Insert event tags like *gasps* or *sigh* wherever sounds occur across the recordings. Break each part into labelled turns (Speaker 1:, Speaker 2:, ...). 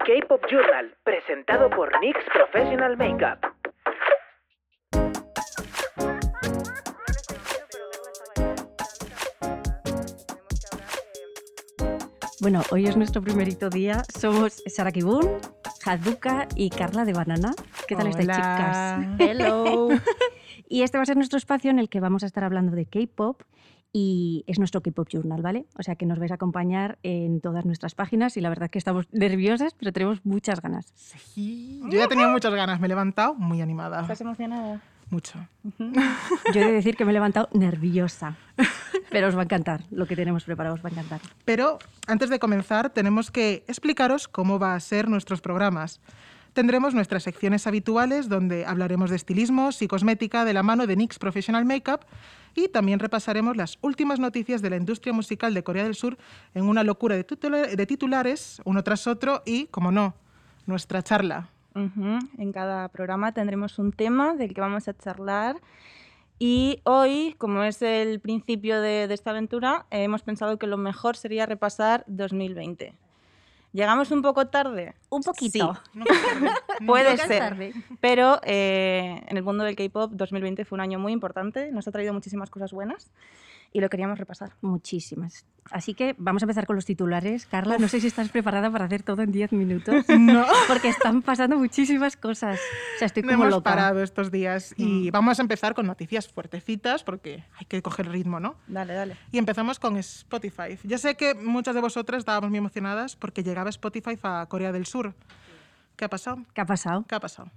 Speaker 1: K-Pop Journal, presentado por NYX Professional Makeup.
Speaker 2: Bueno, hoy es nuestro primerito día. Somos Sara Kibun, Haduka y Carla de Banana. ¿Qué tal estáis, chicas?
Speaker 3: Hola. Hello.
Speaker 2: Y este va a ser nuestro espacio en el que vamos a estar hablando de K-pop y es nuestro K-pop Journal, ¿vale? O sea que nos vais a acompañar en todas nuestras páginas y la verdad que estamos nerviosas, pero tenemos muchas ganas.
Speaker 3: Sí, Yo ya tenía muchas ganas, me he levantado muy animada.
Speaker 4: ¿Estás emocionada?
Speaker 3: Mucho.
Speaker 2: Yo he de decir que me he levantado nerviosa, pero os va a encantar. Lo que tenemos preparado os va a encantar.
Speaker 3: Pero antes de comenzar, tenemos que explicaros cómo va a ser nuestros programas. Tendremos nuestras secciones habituales donde hablaremos de estilismos y cosmética de la mano de NYX Professional Makeup y también repasaremos las últimas noticias de la industria musical de Corea del Sur en una locura de, titula- de titulares, uno tras otro y, como no, nuestra charla.
Speaker 4: Ujú. En cada programa tendremos un tema del que vamos a charlar. Y hoy, como es el principio de, de esta aventura, eh, hemos pensado que lo mejor sería repasar 2020. Llegamos un
Speaker 2: *laughs*
Speaker 4: poco tarde,
Speaker 2: Un poquito.
Speaker 4: puede ser, pero eh, en el mundo del K-pop 2020 fue un año muy importante, nos ha traído muchísimas cosas buenas y lo queríamos repasar.
Speaker 2: Muchísimas. Así que vamos a empezar con los titulares. Carla, no sé si estás preparada para hacer todo en 10 minutos.
Speaker 3: *laughs* No.
Speaker 2: Porque están pasando muchísimas cosas. O sea, estoy
Speaker 3: No
Speaker 2: como
Speaker 3: hemos
Speaker 2: loca. Mm.
Speaker 3: parado estos días y vamos a empezar con noticias fuertecitas porque hay que coger ritmo, ¿no?
Speaker 4: Dale, dale.
Speaker 3: Y empezamos con Spotify. Yo sé que muchas de vosotras estábamos muy emocionadas porque llegaba Spotify a Corea del Sur. ¿Qué ha pasado?
Speaker 2: ¿Qué ha pasado?
Speaker 3: ¿Qué
Speaker 2: *laughs*
Speaker 3: ha pasado?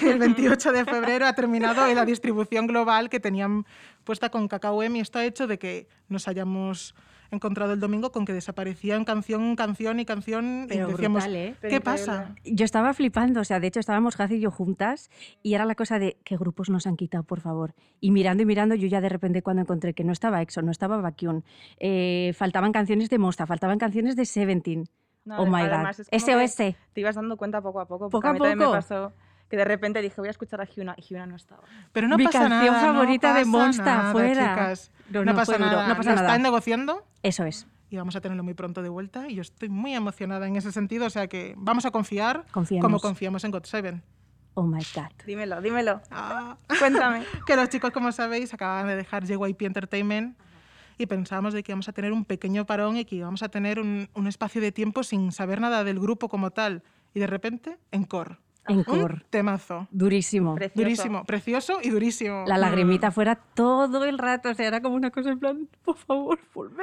Speaker 3: Que el 28 de febrero ha terminado la distribución global que tenían puesta con Kakao M y esto ha hecho de que nos hayamos encontrado el domingo con que desaparecían canción, canción y canción
Speaker 2: Pero
Speaker 3: y decíamos,
Speaker 2: brutal, ¿eh?
Speaker 3: ¿qué
Speaker 4: Pero
Speaker 3: pasa?
Speaker 4: increíble.
Speaker 2: Yo estaba flipando, o sea, de hecho estábamos Jaz y yo juntas y era la cosa de qué grupos nos han quitado, por favor. Y mirando y mirando, yo ya de repente cuando encontré que no estaba EXO, no estaba Baekhyun, eh, faltaban canciones de Mosta, faltaban canciones de Seventeen.
Speaker 4: No,
Speaker 2: oh my
Speaker 4: además,
Speaker 2: god.
Speaker 4: es como que-
Speaker 2: SOS.
Speaker 4: te ibas dando cuenta poco a poco.
Speaker 2: Poco
Speaker 4: Poco
Speaker 2: a
Speaker 4: a mí también
Speaker 2: poco.
Speaker 4: me pasó que de repente dije, voy a escuchar a Hyuna, y Hyuna no estaba.
Speaker 3: Pero no
Speaker 2: Mi
Speaker 3: pasa nada.
Speaker 2: canción
Speaker 3: no
Speaker 2: favorita de
Speaker 3: pasa
Speaker 2: Monsta,
Speaker 3: nada,
Speaker 2: fuera.
Speaker 3: chicas.
Speaker 2: No,
Speaker 3: No,
Speaker 2: no,
Speaker 3: pasa
Speaker 2: fue duro,
Speaker 3: nada.
Speaker 2: no pasa
Speaker 3: Lo
Speaker 2: nada.
Speaker 3: están negociando
Speaker 2: Eso es.
Speaker 3: y vamos a tenerlo muy pronto de vuelta y yo estoy muy emocionada en ese sentido, o sea que vamos a confiar
Speaker 2: Confiemos.
Speaker 3: como confiamos en God Seven.
Speaker 2: Oh my god.
Speaker 4: Dímelo, dímelo.
Speaker 3: Ah. *laughs*
Speaker 4: Cuéntame.
Speaker 3: que los chicos, como sabéis, acababan de dejar JYP Entertainment y pensábamos de que íbamos a tener un pequeño parón y que íbamos a tener un, un espacio de tiempo sin saber nada del grupo como tal. Y de repente, Encore.
Speaker 2: Encore.
Speaker 3: Un temazo.
Speaker 2: Durísimo.
Speaker 4: Precioso.
Speaker 3: Durísimo, precioso y durísimo.
Speaker 2: La lagrimita fuera todo el rato, o sea, era como una cosa en plan, por favor, volved.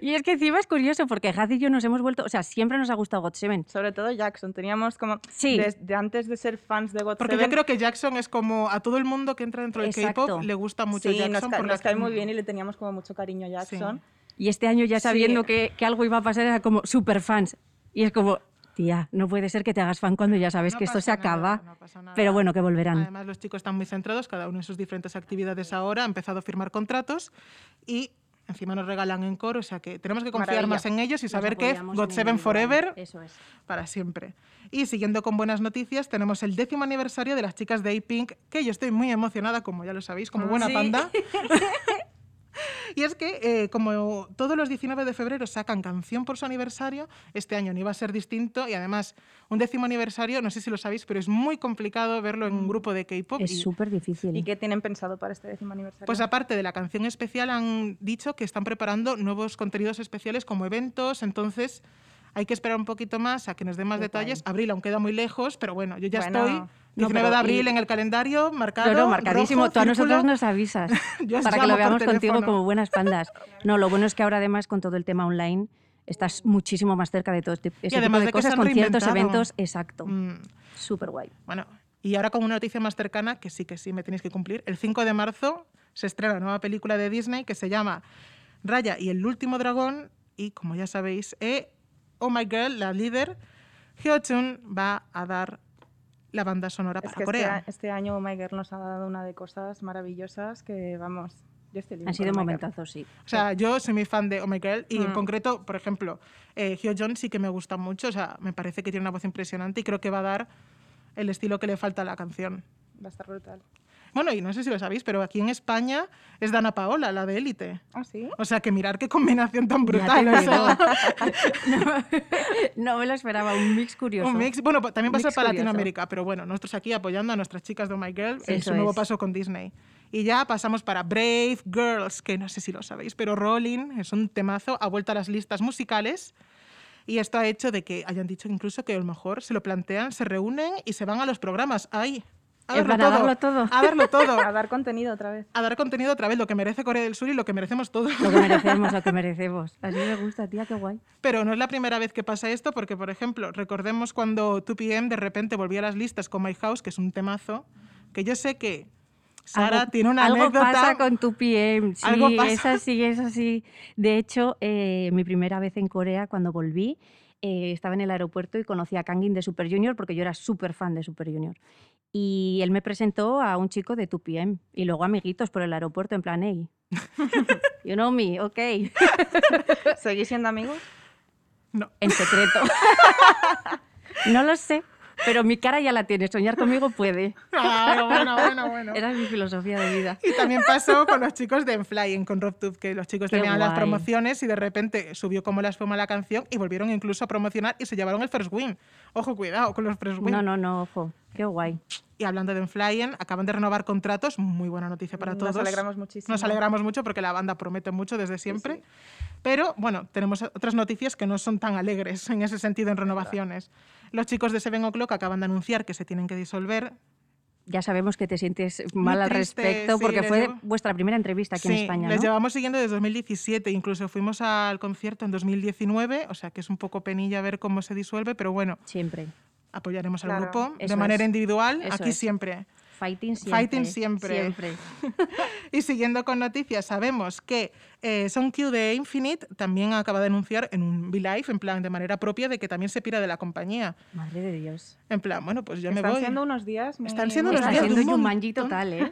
Speaker 2: Y es que encima es curioso porque Jaz y yo nos hemos vuelto, o sea, siempre nos ha gustado God Seven.
Speaker 4: Sobre todo Jackson, teníamos como...
Speaker 2: Sí.
Speaker 4: Desde antes de ser fans de God
Speaker 3: Porque yo creo que Jackson es como a todo el mundo que entra dentro del
Speaker 2: Exacto.
Speaker 3: K-pop le gusta mucho
Speaker 4: sí,
Speaker 3: Jackson.
Speaker 4: nos, ca-
Speaker 3: por la-
Speaker 4: nos cae muy bien y le teníamos como mucho cariño a
Speaker 3: Sí.
Speaker 4: Jackson.
Speaker 2: Y este año ya
Speaker 4: Sí.
Speaker 2: sabiendo que, que algo iba a pasar era como superfans. Y es como, tía, no puede ser que te hagas fan cuando ya sabes
Speaker 3: No
Speaker 2: que esto se
Speaker 3: pasa nada,
Speaker 2: acaba.
Speaker 3: no pasa nada.
Speaker 2: pero bueno, que volverán.
Speaker 3: Además, los chicos están muy centrados, cada uno en sus diferentes actividades ahora, ha empezado a firmar contratos y encima nos regalan en coro, o sea que tenemos que confiar
Speaker 4: Maravilla.
Speaker 3: más en ellos y
Speaker 2: Nos
Speaker 3: saber que
Speaker 2: apoyamos
Speaker 3: God
Speaker 2: en el
Speaker 3: Seven
Speaker 2: individual.
Speaker 3: Forever
Speaker 2: Eso es.
Speaker 3: para siempre. Y siguiendo con buenas noticias, tenemos el décimo aniversario de las chicas de A-Pink, que yo estoy muy emocionada, como ya lo sabéis, como
Speaker 4: Ah,
Speaker 3: buena
Speaker 4: sí. *laughs*
Speaker 3: panda. Y es que, eh, como todos los 19 de febrero sacan canción por su aniversario, este año no iba a ser distinto y además un décimo aniversario, no sé si lo sabéis, pero es muy complicado verlo en un grupo de K-pop.
Speaker 2: Es
Speaker 3: y-
Speaker 2: súper difícil.
Speaker 4: ¿Y qué tienen pensado para este décimo aniversario?
Speaker 3: pues aparte de la canción especial han dicho que están preparando nuevos contenidos especiales como eventos, entonces hay que esperar un poquito más a que nos den más
Speaker 4: Qué
Speaker 3: detalles.
Speaker 4: guay.
Speaker 3: Abril aún queda muy lejos, pero bueno, yo ya
Speaker 4: Bueno.
Speaker 3: estoy
Speaker 4: No,
Speaker 3: 19
Speaker 2: pero
Speaker 3: de abril
Speaker 2: y-
Speaker 3: en el calendario marcado.
Speaker 2: No, no, marcadísimo.
Speaker 3: rojo,
Speaker 2: Tú a
Speaker 3: círculo.
Speaker 2: nosotros nos
Speaker 3: *laughs*
Speaker 2: avisas
Speaker 3: Yo os
Speaker 2: para que
Speaker 3: llamo
Speaker 2: lo
Speaker 3: por
Speaker 2: veamos contigo
Speaker 3: teléfono.
Speaker 2: como buenas
Speaker 3: *laughs*
Speaker 2: pandas. No, lo bueno es que ahora además con todo el tema online estás muchísimo más cerca de todo este- ese tipo
Speaker 3: además
Speaker 2: de,
Speaker 3: de que se
Speaker 2: cosas,
Speaker 3: han
Speaker 2: conciertos,
Speaker 3: reinventado.
Speaker 2: eventos, exacto.
Speaker 3: Mm,
Speaker 2: Súper guay.
Speaker 3: bueno, y ahora con una noticia más cercana que sí que sí me tenéis que cumplir. El 5 de marzo se estrena la nueva película de Disney que se llama Raya y el último dragón y como ya sabéis, eh, Oh My Girl, la líder Hyo-chun va a dar la banda sonora
Speaker 4: es
Speaker 3: para
Speaker 4: que este,
Speaker 3: Corea.
Speaker 4: a- este año Oh My Girl nos ha dado una de cosas maravillosas que, vamos, yo
Speaker 3: Mm,
Speaker 4: estoy
Speaker 2: Han sido momentazos,
Speaker 3: *laughs*
Speaker 2: sí.
Speaker 3: O sea, yo soy muy fan de Oh My Girl y en
Speaker 4: Mm.
Speaker 3: concreto, por ejemplo, eh, Hyo-jung sí que me gusta mucho. O sea, me parece que tiene una voz impresionante y creo que va a dar el estilo que le falta a la canción.
Speaker 4: Va a estar brutal.
Speaker 3: Bueno, y no sé si lo sabéis, pero aquí en España es Dana Paola, la de Élite. *laughs*
Speaker 4: ¿Ah, sí?
Speaker 3: O sea, que mirar qué combinación
Speaker 2: Ya
Speaker 3: tan
Speaker 2: te
Speaker 3: brutal. o sea,
Speaker 2: digo. No *laughs* me lo esperaba, un mix curioso.
Speaker 3: *laughs* Un mix. Bueno, pa- también
Speaker 2: Mix
Speaker 3: pasa para
Speaker 2: curioso.
Speaker 3: Latinoamérica, pero bueno, nosotros aquí apoyando a nuestras chicas de Oh My Girl en
Speaker 2: Eso
Speaker 3: su nuevo
Speaker 2: es.
Speaker 3: paso con Disney. Y ya pasamos para Brave Girls, que no sé si lo sabéis, pero Rolling es un temazo, ha vuelto a las listas musicales. Y esto ha hecho de que hayan dicho incluso que a lo mejor se lo plantean, se reúnen y se van a los programas. ¡Ay! A
Speaker 2: En
Speaker 3: darlo
Speaker 2: plan, a
Speaker 3: todo.
Speaker 2: darlo todo.
Speaker 3: A darlo
Speaker 2: *laughs*
Speaker 3: todo.
Speaker 4: A dar contenido otra
Speaker 3: *laughs*
Speaker 4: vez.
Speaker 3: A dar contenido otra vez, lo que merece Corea del Sur y lo que merecemos todos. *laughs*
Speaker 2: Lo que merecemos, lo que merecemos. Así me gusta, tía, qué guay.
Speaker 3: Pero no es la primera vez que pasa esto, porque, por ejemplo, recordemos cuando 2PM de repente volvió a las listas con My House, que es un temazo, que yo sé que Sara
Speaker 2: Algo-
Speaker 3: tiene una
Speaker 2: algo
Speaker 3: anécdota.
Speaker 2: pasa
Speaker 3: *laughs*
Speaker 2: con tu PM. Sí,
Speaker 3: Algo pasa.
Speaker 2: es así, es así. De hecho, eh, mi primera vez en Corea, cuando volví, eh, estaba en el aeropuerto y conocí a Kangin de Super Junior porque yo era súper fan de Super Junior. Y él me presentó a un chico de 2PM y luego amiguitos por el aeropuerto en plan,
Speaker 3: *laughs*
Speaker 2: hey, you know me, ok, en
Speaker 4: ¿Seguís siendo amigos?
Speaker 3: No. *laughs*
Speaker 2: secreto. no lo sé, pero mi cara ya la tiene, soñar conmigo puede.
Speaker 3: Ah, bueno, bueno,
Speaker 2: *laughs*
Speaker 3: bueno.
Speaker 2: Era mi filosofía de vida.
Speaker 3: Y también pasó con los chicos de Enflying, con RobTube, que los chicos
Speaker 2: Qué
Speaker 3: tenían las
Speaker 2: guay.
Speaker 3: promociones y de repente subió como la espuma la canción y volvieron incluso a promocionar y se llevaron el first win. Ojo, cuidado con los first win.
Speaker 2: No, no, no, ojo, qué guay.
Speaker 3: Y hablando de Enflying, acaban de renovar contratos, muy buena noticia para todos.
Speaker 4: Nos alegramos muchísimo.
Speaker 3: Nos alegramos mucho porque la banda promete mucho desde siempre. Pero bueno, tenemos otras noticias que no son tan alegres en ese sentido en renovaciones. Los chicos de Seven O'Clock acaban de anunciar que se tienen que disolver.
Speaker 2: Ya sabemos que te sientes mal al
Speaker 3: triste,
Speaker 2: respecto
Speaker 3: sí,
Speaker 2: porque
Speaker 3: les
Speaker 2: fue
Speaker 3: llevo-
Speaker 2: vuestra primera entrevista aquí en
Speaker 3: Sí,
Speaker 2: España,
Speaker 3: les
Speaker 2: ¿no?
Speaker 3: llevamos siguiendo desde 2017, incluso fuimos al concierto en 2019, o sea que es un poco penilla ver cómo se disuelve, pero bueno,
Speaker 2: Siempre.
Speaker 3: apoyaremos al
Speaker 4: Claro,
Speaker 3: grupo de
Speaker 2: eso
Speaker 3: manera
Speaker 2: es,
Speaker 3: individual,
Speaker 2: eso
Speaker 3: aquí
Speaker 2: es.
Speaker 3: siempre.
Speaker 2: Fighting siempre.
Speaker 3: Fighting siempre.
Speaker 2: Siempre.
Speaker 3: Y siguiendo con noticias, sabemos que eh, SongQ de Infinite también acaba de anunciar en un V-Live, en plan de manera propia, de que también se pira de la compañía.
Speaker 2: Madre de Dios.
Speaker 3: En plan, bueno, pues ya me
Speaker 4: Están
Speaker 3: voy.
Speaker 4: siendo unos días muy-
Speaker 3: Están siendo
Speaker 4: muy
Speaker 2: Está
Speaker 3: unos días de
Speaker 2: siendo
Speaker 3: un
Speaker 2: Jumanji
Speaker 3: montón.
Speaker 2: total,
Speaker 3: *laughs*
Speaker 2: ¿eh?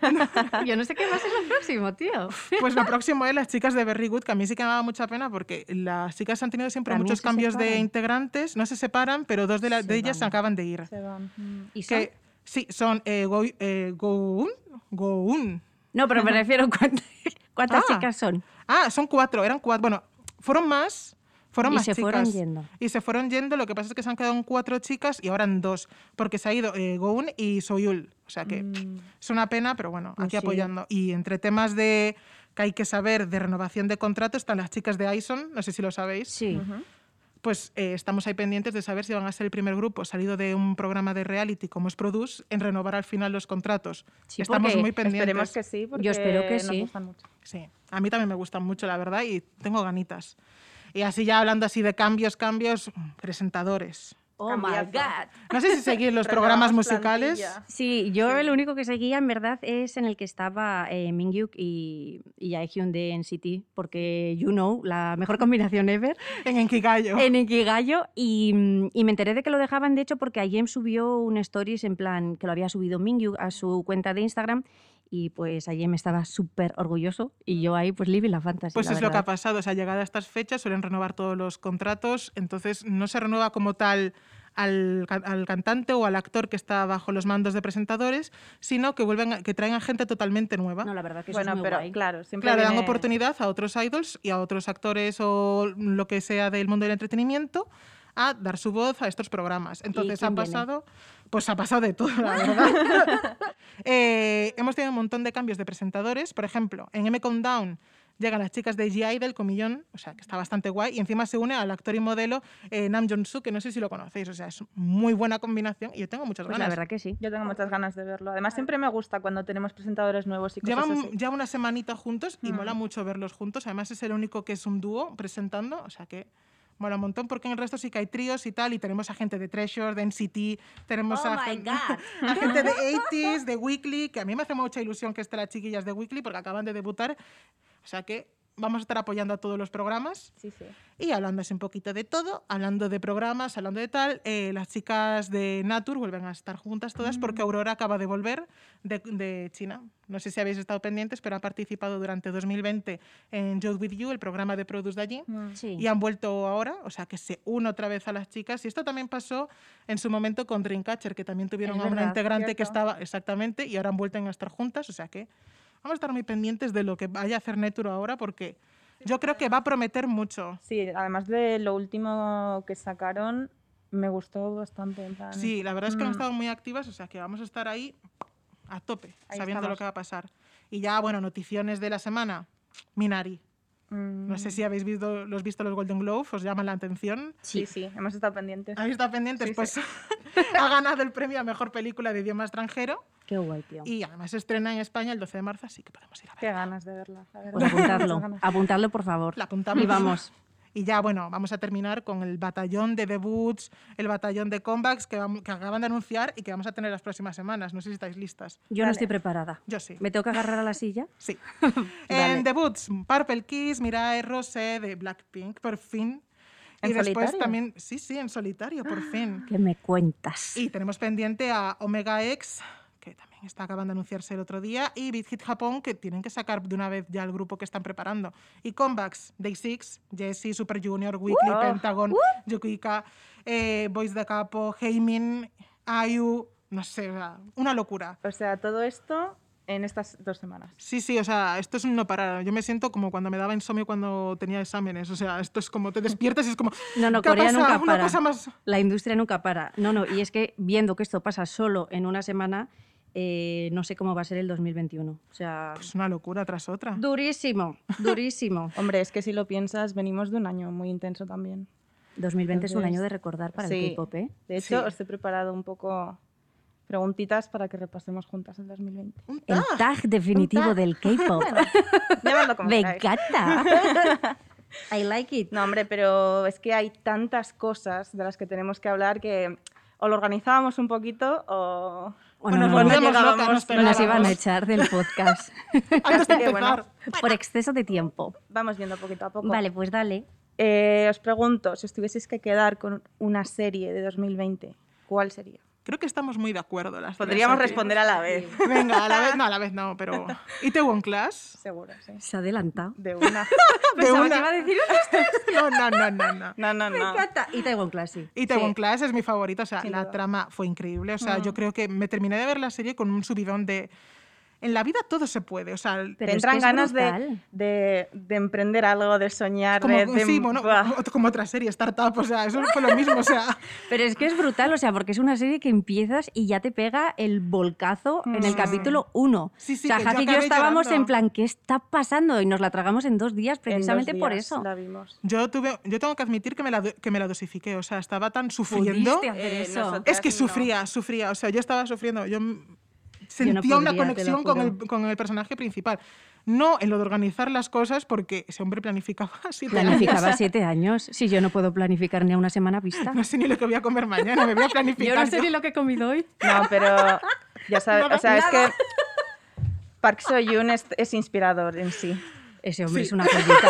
Speaker 2: Yo no sé qué va a ser lo próximo, tío.
Speaker 3: Pues lo próximo es las chicas de Berry Good, que a mí sí que me daba mucha pena porque las chicas han tenido siempre
Speaker 2: También
Speaker 3: muchos
Speaker 2: se
Speaker 3: cambios de
Speaker 2: separan.
Speaker 3: integrantes, no se separan, pero dos de, la-
Speaker 2: Se
Speaker 3: de ellas se
Speaker 2: van.
Speaker 3: acaban de ir.
Speaker 4: Se van. Mm.
Speaker 2: ¿Y son?
Speaker 3: Que, sí, son eh, Go, eh, Goun, Goun.
Speaker 2: No, pero me refiero a cuántas, cuántas
Speaker 3: Ah.
Speaker 2: chicas son.
Speaker 3: Ah, son cuatro, eran cuatro. Bueno, fueron más. Fueron
Speaker 2: Y
Speaker 3: más
Speaker 2: se
Speaker 3: chicas.
Speaker 2: fueron yendo.
Speaker 3: Y se fueron yendo. Lo que pasa es que se han quedado en cuatro chicas y ahora en dos. Porque se ha ido eh, Goun y Soyul. O sea que
Speaker 4: Mm.
Speaker 3: es una pena, pero bueno,
Speaker 2: Pues
Speaker 3: aquí
Speaker 2: sí.
Speaker 3: apoyando. Y entre temas de que hay que saber de renovación de contrato están las chicas de ISON. No sé si lo sabéis.
Speaker 2: Sí.
Speaker 4: Ujú.
Speaker 3: Pues eh, estamos ahí pendientes de saber si van a ser el primer grupo salido de un programa de reality como es Produce en renovar al final los contratos.
Speaker 2: Sí,
Speaker 3: estamos
Speaker 2: porque
Speaker 3: muy pendientes.
Speaker 4: Esperemos que sí, porque
Speaker 2: Yo espero que
Speaker 4: nos
Speaker 2: sí.
Speaker 4: gustan mucho.
Speaker 3: Sí, a mí también me gustan mucho, la verdad, y tengo ganitas. Y así ya hablando así de cambios, cambios, presentadores.
Speaker 2: Oh my
Speaker 4: Cambiazo.
Speaker 2: God.
Speaker 3: No sé si
Speaker 2: *laughs*
Speaker 3: seguir los programas
Speaker 4: Renovamos
Speaker 3: musicales.
Speaker 4: plantilla.
Speaker 2: Sí, yo el único que seguía en verdad es en el que estaba eh, Mingyuk y, y Aehyun de NCT, porque You Know, la mejor combinación ever.
Speaker 3: En Enkigayo. *laughs*
Speaker 2: en Ikigayo y, mm, y me enteré de que lo dejaban, de hecho, porque Ayem subió un stories en plan que lo había subido Mingyu a su cuenta de Instagram y pues Ayem estaba súper orgulloso y yo ahí pues living la fantasía.
Speaker 3: Pues
Speaker 2: la
Speaker 3: es lo que ha
Speaker 2: verdad.
Speaker 3: pasado. O sea, llegada a estas fechas suelen renovar todos los contratos, entonces no se renueva como tal al, ca- al cantante o al actor que está bajo los mandos de presentadores, sino que vuelven a- que traen a gente totalmente nueva.
Speaker 2: No, la verdad que eso
Speaker 4: Bueno,
Speaker 2: es muy
Speaker 4: pero
Speaker 2: guay.
Speaker 4: claro, siempre
Speaker 3: Claro, dan
Speaker 4: viene-
Speaker 3: oportunidad a otros idols y a otros actores o lo que sea del mundo del entretenimiento a dar su voz a estos programas. Entonces
Speaker 2: quién
Speaker 3: ha
Speaker 2: viene?
Speaker 3: pasado, pues ha pasado de todo, la verdad.
Speaker 2: *laughs*
Speaker 3: Eh, hemos tenido un montón de cambios de presentadores. Por ejemplo, en M Countdown llegan las chicas de G.I. del Comillón, o sea, que está bastante guay, y encima se une al actor y modelo eh, Nam Jong-soo, que no sé si lo conocéis, o sea, es muy buena combinación y yo tengo muchas
Speaker 2: Pues la
Speaker 3: ganas.
Speaker 2: verdad que sí.
Speaker 4: Yo tengo muchas ganas de verlo. Además, siempre me gusta cuando tenemos presentadores nuevos y cosas
Speaker 3: Llevan
Speaker 4: así.
Speaker 3: ya una semanita juntos y
Speaker 4: Mm.
Speaker 3: mola mucho verlos juntos. Además es el único que es un dúo presentando, o sea que mola un montón porque en el resto sí que hay tríos y tal y tenemos a gente de Treasure, de NCT, tenemos
Speaker 4: Oh
Speaker 3: a, gen- a gente de
Speaker 4: *laughs*
Speaker 3: 80s, de Weekly, que a mí me hace mucha ilusión que estén las chiquillas de Weekly porque acaban de debutar. O sea que vamos a estar apoyando a todos los programas
Speaker 4: Sí, sí.
Speaker 3: y hablando así un poquito de todo, hablando de programas, hablando de tal, eh, las chicas de Natur vuelven a estar juntas todas
Speaker 2: Mm.
Speaker 3: porque Aurora acaba de volver de, de China. No sé si habéis estado pendientes, pero ha participado durante 2020 en Youth With You, el programa de Produce de allí.
Speaker 4: Mm.
Speaker 2: *laughs* Sí.
Speaker 3: Y han vuelto ahora, o sea que se une otra vez a las chicas. Y esto también pasó en su momento con Dreamcatcher, que también tuvieron
Speaker 2: Es
Speaker 3: a una
Speaker 2: verdad,
Speaker 3: integrante que
Speaker 4: cierto.
Speaker 3: estaba exactamente y ahora han vuelto a estar juntas. O sea que vamos a estar muy pendientes de lo que vaya a hacer Neturo ahora, porque Yo creo que va a prometer mucho.
Speaker 4: Sí, además de lo último que sacaron, me gustó bastante. en plan-
Speaker 3: Sí, la verdad es que han
Speaker 4: Mm.
Speaker 3: estado muy activas, o sea que vamos a estar ahí a tope,
Speaker 4: Ahí
Speaker 3: sabiendo lo
Speaker 4: estamos.
Speaker 3: que va a pasar. Y ya, bueno, noticiones de la semana. Minari.
Speaker 4: Mm.
Speaker 3: No sé si habéis visto los, visto los Golden Globes, os llaman la atención.
Speaker 4: Sí, sí, hemos estado pendientes.
Speaker 3: Habéis estado pendientes,
Speaker 4: Sí,
Speaker 3: pues *laughs* ha ganado el premio a mejor película de idioma extranjero
Speaker 2: Qué guay, tío.
Speaker 3: y además se estrena en España el 12 de marzo, así que podemos ir a
Speaker 4: Qué
Speaker 3: ver.
Speaker 4: ganas de verla, la verdad.
Speaker 2: Pues
Speaker 4: *laughs*
Speaker 3: *laughs*
Speaker 2: apuntadlo,
Speaker 4: Muchas ganas.
Speaker 2: apuntadlo por favor.
Speaker 3: La apuntamos.
Speaker 2: Y vamos.
Speaker 3: *laughs* Y ya, bueno, vamos a terminar con el batallón de debuts, el batallón de comebacks que, vam- que acaban de anunciar y que vamos a tener las próximas semanas. No sé si estáis listas.
Speaker 2: Yo no
Speaker 4: Vale.
Speaker 2: estoy preparada.
Speaker 3: Yo sí.
Speaker 2: ¿Me tengo que agarrar a la silla?
Speaker 4: *laughs*
Speaker 3: Sí.
Speaker 2: Dale.
Speaker 3: en debuts, Purple Kiss, Mirai, Rose de Blackpink, por fin.
Speaker 4: ¿En
Speaker 3: y después
Speaker 4: solitario? Ah.
Speaker 3: también, sí, sí, en solitario, por fin.
Speaker 2: ¿Qué me cuentas?
Speaker 3: Y tenemos pendiente a Omega X, que también está acabando de anunciarse el otro día, y Big Hit Japón, que tienen que sacar de una vez ya el grupo que están preparando. Y comebacks, Day6, Jessie, Super Junior, Weekly,
Speaker 4: Oh.
Speaker 3: Pentagon, Yukika, eh, Boys de Capo, Heimin, IU, no sé, o sea, una locura.
Speaker 4: O sea, todo esto en estas dos semanas.
Speaker 3: Sí, sí, o sea, esto es un no parar. Yo me siento como cuando me daba insomnio cuando tenía exámenes. O sea, esto es como te despiertas y es como.
Speaker 2: No, no,
Speaker 3: ¿qué ha
Speaker 2: Corea
Speaker 3: pasado?
Speaker 2: nunca
Speaker 3: Una
Speaker 2: para.
Speaker 3: cosa más.
Speaker 2: La industria nunca para. No, no, y es que viendo que esto pasa solo en una semana, eh, no sé cómo va a ser el 2021. O sea,
Speaker 3: Es Pues una locura tras otra.
Speaker 2: durísimo, durísimo.
Speaker 4: Hombre, es que si lo piensas, venimos de un año muy intenso también.
Speaker 2: 2020 es un
Speaker 4: Entonces,
Speaker 2: año de recordar para
Speaker 4: sí.
Speaker 2: el K-pop, ¿eh?
Speaker 4: De hecho,
Speaker 3: Sí.
Speaker 4: os he preparado un poco preguntitas para que repasemos juntas el 2020. *laughs*
Speaker 3: Un
Speaker 2: El
Speaker 3: tag.
Speaker 2: tag definitivo *laughs* del K-pop.
Speaker 4: Llamadlo como
Speaker 2: Me
Speaker 4: queráis.
Speaker 2: encanta. *laughs* I like it.
Speaker 4: No, hombre, pero es que hay tantas cosas de las que tenemos que hablar que o lo organizábamos un poquito o...
Speaker 2: O no,
Speaker 3: nos
Speaker 2: no, no.
Speaker 3: volvíamos
Speaker 4: llegábamos,
Speaker 3: locas, nos
Speaker 4: no
Speaker 2: Nos
Speaker 3: pegábamos.
Speaker 2: iban a echar del *laughs* podcast
Speaker 3: *laughs* Antes de
Speaker 4: Así que, bueno.
Speaker 3: empezar.
Speaker 2: por exceso de tiempo.
Speaker 4: Vamos viendo poquito a poco.
Speaker 2: Vale, pues dale.
Speaker 4: Eh, os pregunto, si os tuvieseis que quedar con una serie de 2020, ¿cuál sería?
Speaker 3: Creo que estamos muy de acuerdo las tres
Speaker 4: Podríamos
Speaker 3: aquí.
Speaker 4: responder a la vez.
Speaker 3: Venga, a la vez no, a la vez no,
Speaker 4: *laughs*
Speaker 3: pero Itaewon Class.
Speaker 4: Seguro, sí.
Speaker 2: Se ha adelantado.
Speaker 4: De una.
Speaker 2: Pensaba
Speaker 3: una.
Speaker 2: que iba a decir,
Speaker 3: *laughs* No, no, no, no, no.
Speaker 4: No, *laughs* no,
Speaker 2: me
Speaker 4: no.
Speaker 2: encanta. Y Taiwan Class, sí.
Speaker 3: Itaewon
Speaker 4: Sí.
Speaker 3: Class es mi favorito, o sea,
Speaker 4: Sin
Speaker 3: la
Speaker 4: duda.
Speaker 3: trama fue increíble, o
Speaker 2: Mm.
Speaker 3: sea, yo creo que me terminé de ver la serie con un subidón de en la vida todo se puede, o sea, el-
Speaker 2: Pero
Speaker 4: Te
Speaker 2: es que
Speaker 4: entran
Speaker 2: es
Speaker 4: ganas de,
Speaker 2: brutal.
Speaker 4: de, de emprender algo, de soñar,
Speaker 3: como,
Speaker 4: de, de-
Speaker 3: sí, bueno,
Speaker 4: Buah.
Speaker 3: ot- como otra serie, Startup, o sea, eso fue lo mismo, o sea,
Speaker 2: *laughs* Pero es que es brutal, o sea, porque es una serie que empiezas y ya te pega el volcazo en el
Speaker 4: Mm.
Speaker 2: capítulo 1.
Speaker 3: Sí, sí,
Speaker 2: o sea,
Speaker 3: que yo
Speaker 2: Jack y yo
Speaker 3: acabé
Speaker 2: estábamos
Speaker 3: llorando.
Speaker 2: en plan, ¿qué está pasando? Y nos la tragamos en dos días
Speaker 4: En dos
Speaker 2: precisamente por *laughs*
Speaker 4: días
Speaker 2: eso.
Speaker 4: La vimos.
Speaker 3: yo tuve yo tengo que admitir que me la, do- que me la dosifiqué, o sea, estaba tan sufriendo,
Speaker 2: ¿Pudiste hacer
Speaker 4: Eh,
Speaker 2: eso?
Speaker 4: nosotros-
Speaker 3: es que
Speaker 4: No.
Speaker 3: sufría, sufría, o sea, yo estaba sufriendo, yo m- sentía
Speaker 2: podría, te
Speaker 3: una
Speaker 2: lo
Speaker 3: conexión con el,
Speaker 2: juro.
Speaker 3: con el personaje principal. No en lo de organizar las cosas, porque ese hombre planificaba *laughs* así.
Speaker 2: Planificaba siete años. Si yo no puedo planificar ni a una semana vista.
Speaker 3: No sé ni lo que voy a comer mañana, me voy a
Speaker 2: *laughs*
Speaker 3: planificar.
Speaker 2: Yo no sé ni lo que he comido hoy.
Speaker 4: No, pero
Speaker 3: *laughs*
Speaker 4: ya sabes,
Speaker 3: Nada,
Speaker 4: o sea, es
Speaker 2: nada.
Speaker 4: que Park Seo-yoon es, es inspirador en sí.
Speaker 2: Ese hombre
Speaker 3: Sí.
Speaker 2: es una joyita.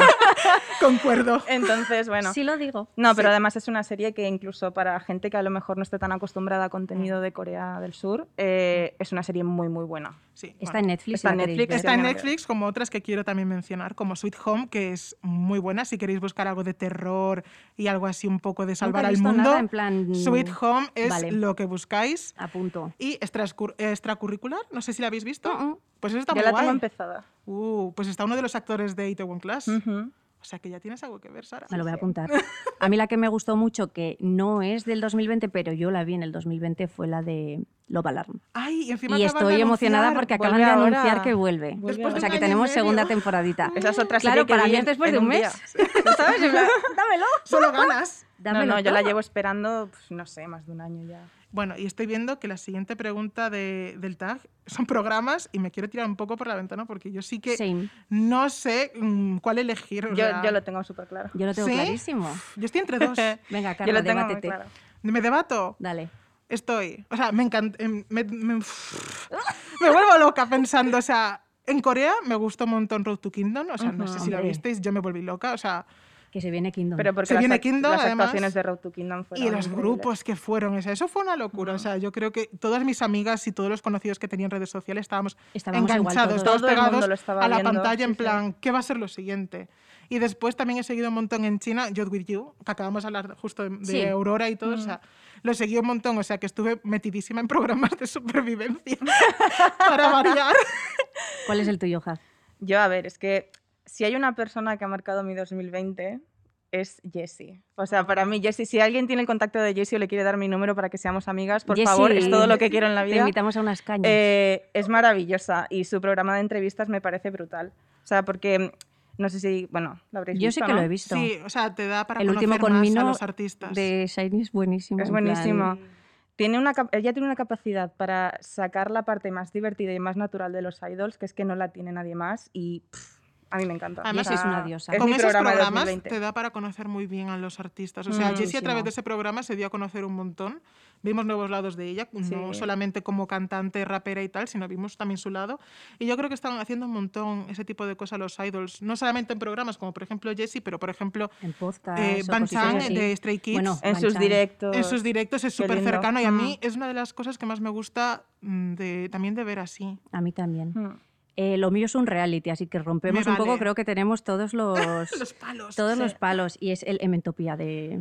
Speaker 3: Concuerdo.
Speaker 2: Eh,
Speaker 4: Entonces, bueno.
Speaker 2: Sí lo digo.
Speaker 4: No, pero además es una serie que incluso para gente que a lo mejor no esté tan acostumbrada a contenido de Corea del Sur, eh, es una serie muy, muy buena.
Speaker 3: Sí,
Speaker 2: Está
Speaker 3: bueno.
Speaker 2: en Netflix. si
Speaker 4: Está
Speaker 2: la
Speaker 4: en
Speaker 2: queréis
Speaker 4: Netflix,
Speaker 2: ver.
Speaker 3: Está en
Speaker 4: Pero-
Speaker 3: Netflix, como otras que quiero también mencionar, como Sweet Home, que es muy buena. Si queréis buscar algo de terror y algo así un poco de salvar
Speaker 2: he
Speaker 3: al
Speaker 2: visto
Speaker 3: mundo,
Speaker 2: nada, en plan,
Speaker 3: Sweet Home es
Speaker 2: vale.
Speaker 3: lo que buscáis.
Speaker 2: A punto.
Speaker 3: Y extrascur- extracurricular, no sé si la habéis visto.
Speaker 2: Mm,
Speaker 3: Pues eso está
Speaker 4: Yo
Speaker 3: muy
Speaker 4: la
Speaker 3: guay.
Speaker 4: tengo empezada.
Speaker 3: Uh, pues está uno de los actores de Itaewon Class.
Speaker 4: Ujú.
Speaker 3: O sea que ya tienes algo que ver, Sara.
Speaker 2: Me lo voy a
Speaker 4: sí.
Speaker 2: apuntar. A mí la que me gustó mucho, que no es del 2020, pero yo la vi en el 2020, fue la de Love Alarm.
Speaker 3: Ay, y encima
Speaker 2: Y
Speaker 3: acaban de
Speaker 2: estoy emocionada
Speaker 3: anunciar-
Speaker 2: porque
Speaker 4: vuelve
Speaker 2: acaban de
Speaker 4: ahora.
Speaker 2: anunciar que vuelve.
Speaker 4: Vuelve
Speaker 3: Después
Speaker 2: o
Speaker 3: de
Speaker 2: sea
Speaker 3: un
Speaker 2: que
Speaker 3: año y
Speaker 2: tenemos
Speaker 3: medio.
Speaker 2: segunda temporadita.
Speaker 4: Esa es otra serie
Speaker 2: Claro,
Speaker 4: que
Speaker 2: para
Speaker 4: vi
Speaker 2: mí es
Speaker 4: en-
Speaker 2: después
Speaker 4: en
Speaker 2: de un
Speaker 4: día.
Speaker 2: mes.
Speaker 4: ¿Sabes? En plan,
Speaker 2: Dámelo.
Speaker 3: *laughs* Solo ganas.
Speaker 4: No,
Speaker 2: Dámelo
Speaker 4: no, yo la
Speaker 2: todo.
Speaker 4: llevo esperando, pues, no sé, más de un año ya.
Speaker 3: Bueno, y estoy viendo que la siguiente pregunta de- del tag son programas y me quiero tirar un poco por la ventana porque yo sí que
Speaker 2: Same.
Speaker 3: no sé mm, cuál elegir. o
Speaker 4: Yo,
Speaker 3: sea,
Speaker 4: yo lo tengo súper claro.
Speaker 2: Yo lo tengo
Speaker 3: ¿Sí?
Speaker 2: clarísimo.
Speaker 3: yo estoy entre
Speaker 4: *laughs*
Speaker 3: dos.
Speaker 2: Venga,
Speaker 4: yo
Speaker 2: Carla,
Speaker 4: lo tengo muy
Speaker 2: debátete.
Speaker 4: claro.
Speaker 3: ¿Me debato?
Speaker 2: Dale.
Speaker 3: Estoy. O sea, me encanta. Me, me- me vuelvo loca pensando. O sea, en Corea me gustó un montón Road to Kingdom. O sea, no
Speaker 4: Ujú,
Speaker 3: sé si lo
Speaker 2: hombre.
Speaker 3: visteis, yo me volví loca. O sea,
Speaker 2: Que se viene Kingdom.
Speaker 4: Pero porque
Speaker 3: Se
Speaker 4: las,
Speaker 3: viene
Speaker 4: ac-
Speaker 3: Kingdom,
Speaker 4: las
Speaker 3: además.
Speaker 4: actuaciones de Road to Kingdom fueron
Speaker 3: Y los
Speaker 4: increíbles.
Speaker 3: grupos que fueron, o sea, eso fue una locura. O sea, yo creo que todas mis amigas y todos los conocidos que tenían redes sociales estábamos
Speaker 2: Estábamos igual
Speaker 3: enganchados,
Speaker 2: todos.
Speaker 3: estábamos
Speaker 4: Todo el mundo
Speaker 3: pegados
Speaker 4: lo estaba
Speaker 3: a la
Speaker 4: viendo,
Speaker 3: pantalla en
Speaker 4: sí, sí.
Speaker 3: plan, ¿qué va a ser lo siguiente? Y después también he seguido un montón en China, Youth With You, que acabamos de hablar justo de, de
Speaker 2: Sí. Mm.
Speaker 3: Aurora y todo, o sea, lo seguí un montón, o sea, que estuve metidísima en programas de supervivencia *laughs* para variar.
Speaker 2: ¿Cuál es el tuyo, Jaz?
Speaker 4: Yo, a ver, es que si hay una persona que ha marcado mi 2020 es Jessie. O sea, para mí Jessie, si alguien tiene el contacto de Jessie o le quiere dar mi número para que seamos amigas, por
Speaker 2: Jessie,
Speaker 4: favor, es todo lo que quiero en la
Speaker 2: Te
Speaker 4: vida.
Speaker 2: invitamos a unas cañas.
Speaker 4: Eh, es maravillosa y su programa de entrevistas me parece brutal. O sea, porque no sé si, bueno, lo habréis
Speaker 2: Yo
Speaker 4: visto.
Speaker 2: sé que
Speaker 4: ¿no?
Speaker 2: lo he visto.
Speaker 3: Sí, o sea, te da para
Speaker 2: El último
Speaker 3: conocer
Speaker 2: con
Speaker 3: más
Speaker 2: Mino
Speaker 3: a los artistas.
Speaker 2: De Shiny es buenísimo.
Speaker 4: Es
Speaker 2: en plan-
Speaker 4: buenísimo. Tiene una, cap- ella tiene una capacidad para sacar la parte más divertida y más natural de los idols, que es que no la tiene nadie más y pff, a mí me encanta.
Speaker 3: Además,
Speaker 4: O sea,
Speaker 2: es una diosa.
Speaker 4: Es
Speaker 3: Con
Speaker 4: mi
Speaker 3: esos
Speaker 4: programa de
Speaker 3: programas
Speaker 4: 2020.
Speaker 3: te da para conocer muy bien a los artistas. O sea,
Speaker 4: Mm.
Speaker 3: Jessie a través
Speaker 2: Muchísimo.
Speaker 3: de ese programa se dio a conocer un montón. Vimos nuevos lados de ella, no
Speaker 4: Sí.
Speaker 3: solamente como cantante, rapera y tal, sino vimos también su lado. Y yo creo que están haciendo un montón ese tipo de cosas los idols, no solamente en programas como por ejemplo Jessie, pero por ejemplo
Speaker 2: En
Speaker 4: Ah,
Speaker 2: podcast.
Speaker 3: eh, Van
Speaker 4: pues,
Speaker 3: Chan de Stray Kids.
Speaker 2: Bueno,
Speaker 4: En sus
Speaker 2: Manchan.
Speaker 4: directos.
Speaker 3: En sus directos es
Speaker 4: Qué
Speaker 3: súper
Speaker 4: lindo.
Speaker 3: cercano y a
Speaker 4: Mm.
Speaker 3: mí es una de las cosas que más me gusta mm, de, también de ver así.
Speaker 2: A mí también.
Speaker 4: Mm.
Speaker 2: Eh, lo mío es un reality, así que rompemos
Speaker 3: Me
Speaker 2: un poco.
Speaker 3: vale.
Speaker 2: Creo que tenemos
Speaker 4: *laughs*
Speaker 2: todos los,
Speaker 3: Los palos.
Speaker 2: todos
Speaker 4: Sí.
Speaker 2: los palos y es el Ementopía
Speaker 3: *gasps*
Speaker 2: de,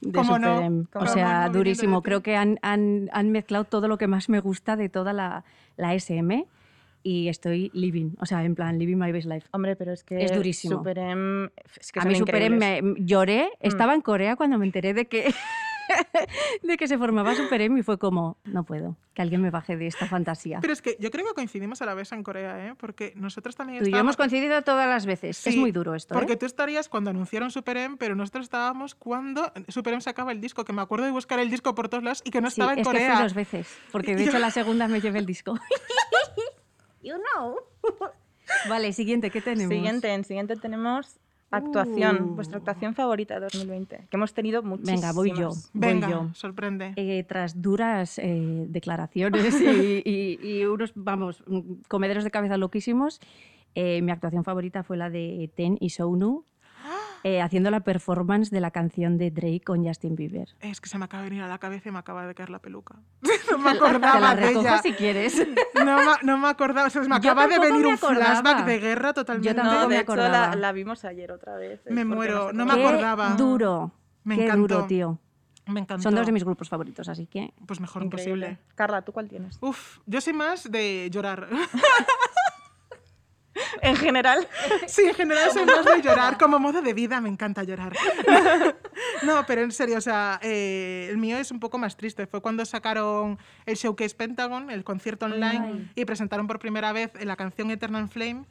Speaker 2: de
Speaker 3: ¿Cómo no?
Speaker 2: Superem.
Speaker 4: ¿Cómo
Speaker 2: o sea,
Speaker 3: no? Viniendo de
Speaker 2: durísimo.
Speaker 3: ti.
Speaker 2: Creo que han, han- han mezclado todo lo que más me gusta de toda la, la SM y estoy living, o sea, en plan, living my best life.
Speaker 4: Hombre, pero es que
Speaker 2: Es durísimo.
Speaker 4: Super M, es que
Speaker 2: a
Speaker 4: son
Speaker 2: mí Superem
Speaker 4: increíbles.
Speaker 2: me, lloré,
Speaker 3: Mm.
Speaker 2: estaba en Corea cuando me enteré de que, *laughs* de que se formaba Superem y fue como, no puedo, que alguien me baje de esta fantasía.
Speaker 3: Pero es que yo creo que coincidimos a la vez en Corea, ¿eh? porque nosotros también
Speaker 2: Tú y yo hemos
Speaker 3: estábamos...
Speaker 2: coincidido todas las veces. es
Speaker 3: Sí,
Speaker 2: muy duro esto. ¿eh?
Speaker 3: Porque tú estarías cuando anunciaron Super M, pero nosotros estábamos cuando Super M sacaba el disco, que me acuerdo de buscar el disco por todos lados y que no
Speaker 2: Sí,
Speaker 3: estaba en
Speaker 2: es que
Speaker 3: Corea.
Speaker 2: fui dos veces, porque de hecho la segunda me llevé el disco. *laughs* you know. Vale, siguiente, ¿qué tenemos?
Speaker 4: Siguiente, en siguiente tenemos actuación,
Speaker 2: Uh.
Speaker 4: vuestra actuación favorita de 2020, que hemos tenido muchísimas.
Speaker 2: Venga, voy yo. voy
Speaker 3: Venga,
Speaker 2: yo.
Speaker 3: sorprende.
Speaker 2: Eh, tras duras eh, declaraciones *laughs* y, y- y unos, vamos, mm, comederos de cabeza loquísimos, eh, mi actuación favorita fue la de Ten y Sounu, *gasps* eh, haciendo la performance de la canción de Drake con Justin Bieber.
Speaker 3: Es que se me acaba de venir a la cabeza y me acaba de caer
Speaker 2: *laughs*
Speaker 3: la peluca. *laughs* no me acordaba
Speaker 2: Te la
Speaker 3: de
Speaker 2: recojo
Speaker 3: ella.
Speaker 2: si
Speaker 3: *laughs*
Speaker 2: quieres.
Speaker 3: No, me- no me acordaba. O sea, se me
Speaker 2: Yo
Speaker 3: acaba de
Speaker 2: tampoco
Speaker 3: venir
Speaker 2: me
Speaker 3: un flashback
Speaker 2: acordaba.
Speaker 3: de guerra totalmente.
Speaker 2: Yo
Speaker 4: No,
Speaker 2: tampoco
Speaker 4: de
Speaker 2: me
Speaker 4: hecho la,
Speaker 2: acordaba.
Speaker 4: la vimos ayer otra vez. es
Speaker 3: Me
Speaker 4: porque
Speaker 3: muero,
Speaker 4: sé
Speaker 3: no
Speaker 4: cómo-
Speaker 3: me
Speaker 2: Qué
Speaker 3: acordaba.
Speaker 2: duro.
Speaker 3: Me
Speaker 2: Qué duro,
Speaker 3: encantó.
Speaker 2: tío.
Speaker 3: Me encantó.
Speaker 2: Son dos de mis grupos favoritos, así que
Speaker 3: Pues mejor
Speaker 4: Increíble.
Speaker 3: imposible.
Speaker 4: Carla, ¿tú cuál tienes? *laughs*
Speaker 3: Uf, yo soy más de llorar.
Speaker 4: En
Speaker 2: *laughs*
Speaker 4: general,
Speaker 3: Sí, en general soy más de llorar. Como modo de vida me encanta llorar. *laughs* No, pero en serio, o sea, eh, el mío es un poco más triste. Fue cuando sacaron el Showcase Pentagon, el concierto online, y presentaron por primera vez la canción Eternal Flame,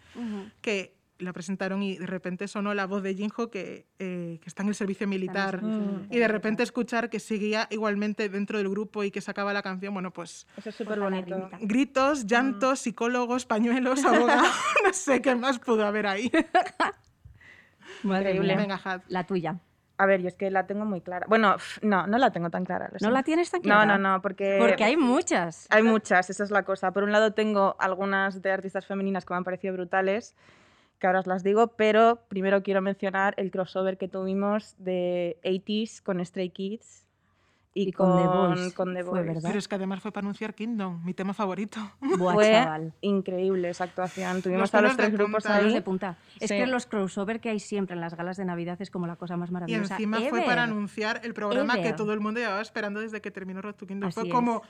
Speaker 3: que la presentaron y de repente sonó la voz de Jinjo que, eh, que está en el servicio militar.
Speaker 2: Mm.
Speaker 3: Y de repente escuchar que seguía igualmente dentro del grupo y que sacaba la canción, bueno, pues
Speaker 4: eso es súper bonito.
Speaker 3: gritos, llantos, psicólogos, pañuelos, *laughs* abogados, no sé qué más pudo haber ahí.
Speaker 2: Madre
Speaker 4: Increíble.
Speaker 2: mía.
Speaker 3: Venga, Had.
Speaker 2: La tuya.
Speaker 4: A ver, yo es que la tengo muy clara. Bueno, pf, no, no la tengo tan clara. lo
Speaker 2: Pues ¿No Eh, la
Speaker 4: siento.
Speaker 2: tienes tan
Speaker 4: No,
Speaker 2: clara?
Speaker 4: no, no, porque...
Speaker 2: Porque hay muchas.
Speaker 4: Hay muchas, esa es la cosa. Por un lado tengo algunas de artistas femeninas que me han parecido brutales, que ahora os las digo, pero primero quiero mencionar el crossover que tuvimos de 80s con Stray Kids y,
Speaker 2: Y con The Voice,
Speaker 4: con The
Speaker 2: fue
Speaker 4: Voice.
Speaker 2: verdad.
Speaker 3: Pero es que además fue para anunciar Kingdom, mi tema favorito.
Speaker 2: Buah,
Speaker 4: Fue
Speaker 2: chaval.
Speaker 4: increíble esa actuación.
Speaker 3: Los
Speaker 4: Tuvimos a los
Speaker 3: pelos de
Speaker 4: tres grupos
Speaker 3: punta.
Speaker 2: Pelos
Speaker 4: ahí.
Speaker 2: de punta. Es
Speaker 4: Sí.
Speaker 2: que los crossover que hay siempre en las galas de Navidad es como la cosa más
Speaker 3: Y
Speaker 2: maravillosa.
Speaker 3: encima fue
Speaker 2: ever.
Speaker 3: para anunciar el programa que
Speaker 2: Ever.
Speaker 3: todo el mundo llevaba esperando desde que terminó Road to Kingdom. fue
Speaker 2: Así
Speaker 3: como,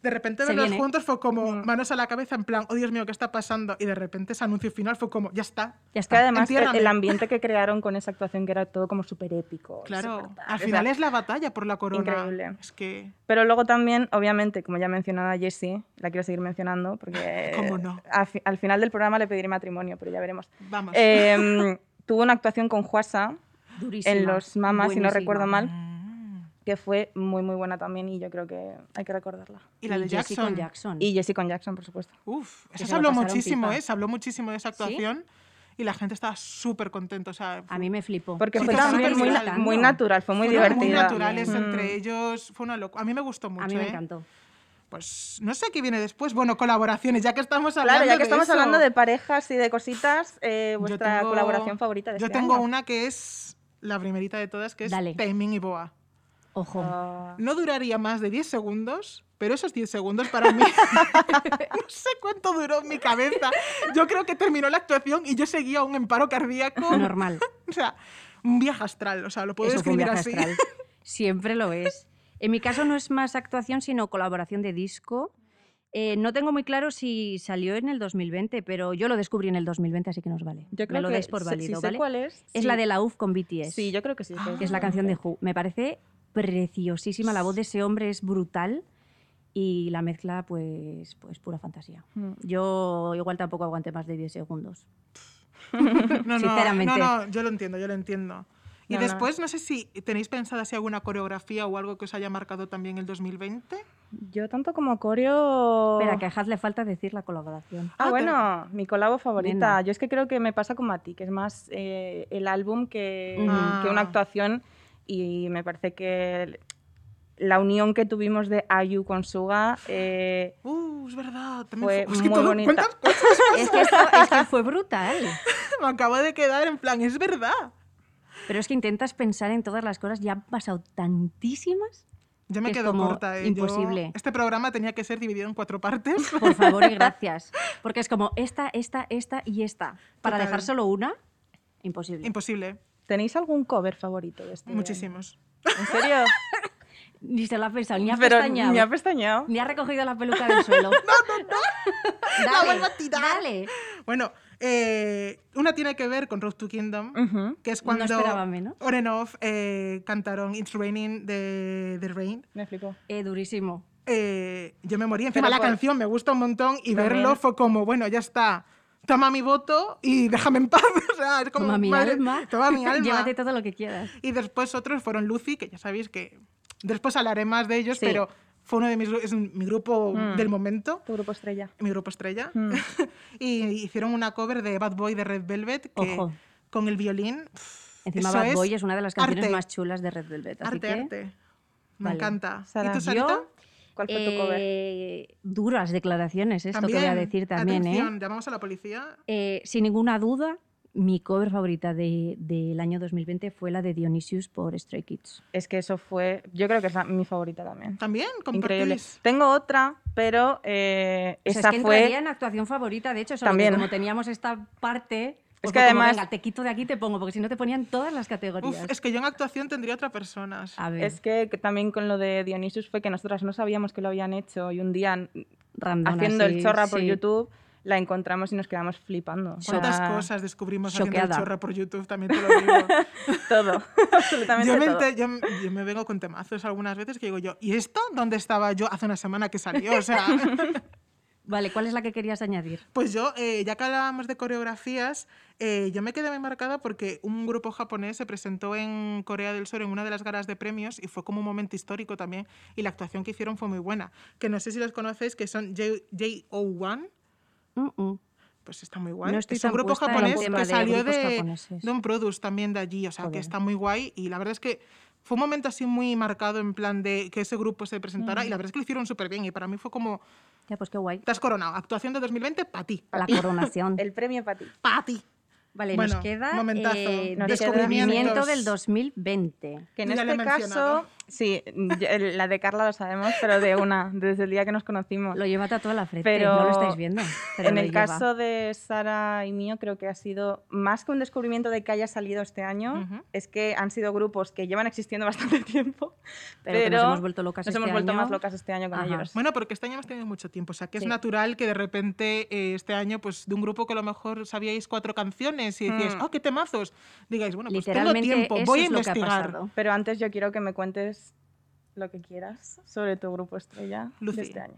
Speaker 3: de repente
Speaker 2: Se
Speaker 3: verlos
Speaker 2: viene.
Speaker 3: juntos fue como manos a la cabeza en plan, oh Dios mío, ¿qué está pasando? Y de repente ese anuncio final fue como, ya está.
Speaker 2: Ya
Speaker 4: Es que
Speaker 2: está.
Speaker 4: además el,
Speaker 3: Entiérrame.
Speaker 4: el ambiente que crearon con esa actuación que era todo como súper épico.
Speaker 3: Claro,
Speaker 4: tal,
Speaker 3: al
Speaker 4: o sea,
Speaker 3: final es la batalla por la corona.
Speaker 4: increíble.
Speaker 3: Es que
Speaker 4: Pero luego también, obviamente, como ya mencionaba Jessie, la quiero seguir mencionando porque
Speaker 3: *laughs* ¿Cómo no?
Speaker 4: a fi- al final del programa le pediré matrimonio, pero ya veremos.
Speaker 3: vamos.
Speaker 4: Eh, *laughs* tuvo una actuación con Juasa
Speaker 2: Durísima.
Speaker 4: en Los Mamas, si no
Speaker 2: Buenísima.
Speaker 4: recuerdo mal,
Speaker 3: Mm.
Speaker 4: que fue muy, muy buena también y yo creo que hay que recordarla.
Speaker 3: Y la de
Speaker 2: Jessie
Speaker 3: Jackson.
Speaker 2: con Jackson.
Speaker 4: Y Jessie con Jackson, por supuesto.
Speaker 3: Uf,
Speaker 2: se
Speaker 3: esa se
Speaker 2: lo
Speaker 3: habló
Speaker 2: pasaron
Speaker 3: muchísimo,
Speaker 2: pipa.
Speaker 3: ¿eh? Se habló muchísimo de esa actuación y la gente estaba súper contenta. O sea,
Speaker 2: A mí me flipó.
Speaker 4: Porque
Speaker 3: Sí,
Speaker 4: fue
Speaker 3: estaban
Speaker 4: súper muy,
Speaker 3: cantando.
Speaker 4: muy natural, fue muy
Speaker 3: fueron
Speaker 4: divertida.
Speaker 3: Muy naturales
Speaker 4: Mm.
Speaker 3: entre ellos. Fue una locura. A mí me gustó mucho.
Speaker 2: A mí me
Speaker 3: ¿eh?
Speaker 2: encantó.
Speaker 3: Pues no sé qué viene después. Bueno, colaboraciones, ya que estamos hablando.
Speaker 4: Claro, ya
Speaker 3: de
Speaker 4: que estamos
Speaker 3: eso.
Speaker 4: hablando de parejas y de cositas, eh,
Speaker 3: Yo
Speaker 4: vuestra
Speaker 3: tengo-
Speaker 4: colaboración favorita de
Speaker 3: Yo
Speaker 4: este
Speaker 3: tengo
Speaker 4: año.
Speaker 3: una que es la primerita de todas, que es
Speaker 2: Dale.
Speaker 3: Taemin y Boa.
Speaker 2: Ojo.
Speaker 4: Ah,
Speaker 3: No duraría más de 10 segundos, pero esos 10 segundos
Speaker 2: *laughs*
Speaker 3: para mí. *laughs* no sé cuánto duró en mi cabeza. Yo creo que terminó la actuación y yo seguía aún en paro cardíaco. *laughs*
Speaker 2: Normal.
Speaker 3: O sea, un viaje astral. O sea, lo puedo
Speaker 2: Eso fue un
Speaker 3: describir
Speaker 2: viaje
Speaker 3: así.
Speaker 2: astral. Siempre lo es. En mi caso no es más actuación, sino colaboración de disco. Eh, no tengo muy claro si salió en el 2020, pero yo lo descubrí en el 2020, así que nos vale.
Speaker 4: Yo creo
Speaker 2: Me lo
Speaker 4: que
Speaker 2: dais por
Speaker 4: sí-
Speaker 2: válido,
Speaker 4: sí sé
Speaker 2: ¿vale?
Speaker 4: cuál es.
Speaker 2: Es
Speaker 4: sí.
Speaker 2: la de la UF con BTS,
Speaker 4: Sí, yo creo que sí. que
Speaker 2: que es la canción de Who. Me parece preciosísima, la voz de ese hombre es brutal y la mezcla, pues, pues pura fantasía.
Speaker 4: Mm.
Speaker 2: Yo igual tampoco aguanté más de 10 segundos.
Speaker 3: *laughs* No, no,
Speaker 2: Sinceramente.
Speaker 3: No, no, yo lo entiendo, yo lo entiendo. Y
Speaker 4: No, no.
Speaker 3: después, no sé si tenéis pensada si alguna coreografía o algo que os haya marcado también el 2020.
Speaker 4: Mm, Yo tanto como coreo...
Speaker 2: Espera, que a Haz le falta decir la
Speaker 4: *laughs*
Speaker 2: colaboración.
Speaker 4: Ah,
Speaker 3: Ah,
Speaker 4: bueno, mi colabo favorita.
Speaker 2: Nena.
Speaker 4: Yo es que creo que me pasa como a ti, que es más eh, el álbum que,
Speaker 2: Ujú.
Speaker 4: que una
Speaker 3: Ah.
Speaker 4: actuación. Y me parece que el- la unión que tuvimos de Ayu con Suga. eh,
Speaker 3: Uh, es verdad. También
Speaker 4: Fue
Speaker 3: es
Speaker 4: muy bonita.
Speaker 3: ¿Cuántas cosas *laughs*
Speaker 2: Es que, esto, es que fue brutal.
Speaker 3: me acabo de quedar en plan? Es verdad.
Speaker 2: Pero es que intentas pensar en todas las cosas, ya han pasado tantísimas.
Speaker 3: Yo me
Speaker 2: Que es
Speaker 3: quedo
Speaker 2: como
Speaker 3: corta. eh. Yo-
Speaker 2: imposible.
Speaker 3: este programa tenía que ser dividido en
Speaker 2: *laughs*
Speaker 3: cuatro partes.
Speaker 2: Por favor y gracias. Porque es como esta, esta, esta y esta. Para
Speaker 3: Total.
Speaker 2: dejar solo una, imposible.
Speaker 3: Imposible.
Speaker 4: ¿Tenéis algún cover favorito de este? año?
Speaker 3: Muchísimos.
Speaker 4: ¿En serio?
Speaker 2: ni se lo ha pensado, ni ha
Speaker 4: Pero
Speaker 2: pestañado.
Speaker 4: Ni ha pestañado.
Speaker 2: Ni ha recogido la peluca del
Speaker 3: *laughs*
Speaker 2: suelo. No, no, no. Dale,
Speaker 3: vuelvo a tirar.
Speaker 2: Dale.
Speaker 3: Bueno, eh, una tiene que ver con Road to Kingdom,
Speaker 4: Ujú.
Speaker 3: que es
Speaker 2: No
Speaker 3: cuando
Speaker 2: esperaba menos.
Speaker 3: On and Off eh, cantaron It's Raining de, de Rain.
Speaker 4: Me explico.
Speaker 2: Eh, durísimo.
Speaker 3: Eh, yo me morí. Encima
Speaker 4: Pero
Speaker 3: la
Speaker 4: por-
Speaker 3: canción me gusta un montón y
Speaker 4: También.
Speaker 3: verlo fue como, bueno, ya está. Toma mi voto y déjame en paz. *laughs* O sea, es como,
Speaker 2: Toma mi
Speaker 3: madre-
Speaker 2: alma. *laughs*
Speaker 3: Toma mi alma.
Speaker 2: Llévate todo lo que quieras.
Speaker 3: Y después otros fueron Lucy, que ya sabéis que después hablaré más de ellos,
Speaker 4: Sí.
Speaker 3: pero fue uno de mis gru- es mi grupo
Speaker 4: Mm.
Speaker 3: del momento,
Speaker 4: Tu grupo estrella.
Speaker 3: mi grupo estrella.
Speaker 4: Mm.
Speaker 3: *laughs* Y hicieron una cover de Bad Boy de Red Velvet que
Speaker 2: Ojo.
Speaker 3: con el violín. pff,
Speaker 2: Encima
Speaker 3: eso
Speaker 2: Bad Boy es una de las canciones
Speaker 3: arte.
Speaker 2: más chulas de Red Velvet. Así
Speaker 3: Arte,
Speaker 2: que,
Speaker 3: arte. Me
Speaker 2: Vale.
Speaker 3: encanta.
Speaker 4: Sara,
Speaker 3: ¿Y tú,
Speaker 4: yo-
Speaker 3: Sarita?
Speaker 4: ¿Cuál fue tu cover?
Speaker 2: eh, duras declaraciones esto que voy a decir también, ¿eh?
Speaker 3: atención, llamamos a la policía.
Speaker 2: Eh, sin ninguna duda, mi cover favorita de- del año 2020 fue la de Dionysius por Stray Kids.
Speaker 4: Es que eso fue. Yo creo que es la- mi favorita también.
Speaker 2: Ah,
Speaker 3: También
Speaker 4: Increíble.
Speaker 3: compartís.
Speaker 4: Tengo otra, pero eh,
Speaker 2: O sea,
Speaker 4: esa
Speaker 2: es que
Speaker 4: fue.
Speaker 2: entraría en actuación favorita, de hecho, solo
Speaker 4: También.
Speaker 2: que como teníamos esta parte, pues
Speaker 4: que
Speaker 2: fue como,
Speaker 4: además-
Speaker 2: venga, te quito de aquí, te pongo, porque si no te ponían todas las
Speaker 3: Uf,
Speaker 2: categorías.
Speaker 3: es que yo en actuación tendría otra persona.
Speaker 2: A ver,
Speaker 4: Es que, que también con lo de Dionysus fue que nosotras no sabíamos que lo habían hecho y un día
Speaker 2: random
Speaker 4: haciendo
Speaker 2: así,
Speaker 4: el chorra por
Speaker 2: sí.
Speaker 4: YouTube la encontramos y nos quedamos flipando. O
Speaker 3: ¿Cuántas
Speaker 4: sea,
Speaker 3: cosas descubrimos haciendo
Speaker 2: Choqueada.
Speaker 3: el chorra por YouTube? También te lo digo.
Speaker 4: *laughs* Todo, *laughs* absolutamente
Speaker 3: Yo me,
Speaker 4: todo.
Speaker 3: enter- yo m- yo me vengo con temazos algunas veces que digo yo, ¿y esto dónde estaba yo hace una semana que salió? O
Speaker 4: *laughs*
Speaker 3: sea,
Speaker 2: Vale, ¿cuál es la que querías añadir?
Speaker 3: pues yo, eh, ya que hablábamos de coreografías, eh, yo me quedé muy marcada porque un grupo japonés se presentó en Corea del Sur en una de las galas de premios y fue como un momento histórico también y la actuación que hicieron fue muy buena. Que no sé si los conocéis, que son J- JO1,
Speaker 2: Mm, mm.
Speaker 3: pues está muy guay.
Speaker 2: No estoy
Speaker 3: es un
Speaker 2: tan
Speaker 3: grupo
Speaker 2: puesta en el
Speaker 3: japonés
Speaker 2: tema
Speaker 3: que
Speaker 2: de
Speaker 3: salió
Speaker 2: grupos
Speaker 3: de,
Speaker 2: japoneses.
Speaker 3: de un produce también de allí, o sea,
Speaker 2: Joder.
Speaker 3: que está muy guay y la verdad es que fue un momento así muy marcado en plan de que ese grupo se presentara y la verdad es que lo hicieron súper bien y para mí fue como,
Speaker 2: Ya, pues qué guay.
Speaker 3: te has coronado, actuación de 2020 para ti,
Speaker 2: La coronación.
Speaker 4: *laughs* El premio para ti.
Speaker 3: para ti.
Speaker 2: Vale, nos
Speaker 3: Bueno,
Speaker 2: queda
Speaker 3: momentazo.
Speaker 2: eh,
Speaker 4: Nos queda
Speaker 2: descubrimiento
Speaker 3: descubrimientos.
Speaker 2: del 2020.
Speaker 4: Que en
Speaker 3: Ya lo he
Speaker 4: este caso,
Speaker 3: mencionado.
Speaker 4: sí, yo- el- la de Carla lo sabemos, pero de una, desde el día que nos conocimos.
Speaker 2: Lo lleva tatuado a la frente,
Speaker 4: Pero
Speaker 2: no lo estáis viendo. pero
Speaker 4: en
Speaker 2: lo
Speaker 4: el
Speaker 2: lleva.
Speaker 4: caso de Sara y mío, creo que ha sido más que un descubrimiento de que haya salido este año,
Speaker 3: Ujú.
Speaker 4: es que han sido grupos que llevan existiendo *laughs* bastante tiempo,
Speaker 2: Pero
Speaker 4: pero,
Speaker 2: que nos hemos vuelto locas
Speaker 4: nos
Speaker 2: este
Speaker 4: hemos vuelto
Speaker 2: año.
Speaker 4: más locas este año con
Speaker 2: Ajá.
Speaker 4: ellos.
Speaker 3: Bueno, porque este año hemos tenido mucho tiempo, o sea, que es
Speaker 2: Sí.
Speaker 3: natural que de repente eh, este año, pues de un grupo que a lo mejor sabíais cuatro canciones y decíais,
Speaker 4: Mm.
Speaker 3: oh, qué temazos, digáis, bueno, pues tengo
Speaker 2: Literalmente
Speaker 3: tiempo,
Speaker 2: eso
Speaker 3: voy a
Speaker 2: es lo que ha
Speaker 3: investigar.
Speaker 2: pasado.
Speaker 4: Pero antes yo quiero que me cuentes lo que quieras sobre tu grupo estrella
Speaker 3: Lucy.
Speaker 4: de este año.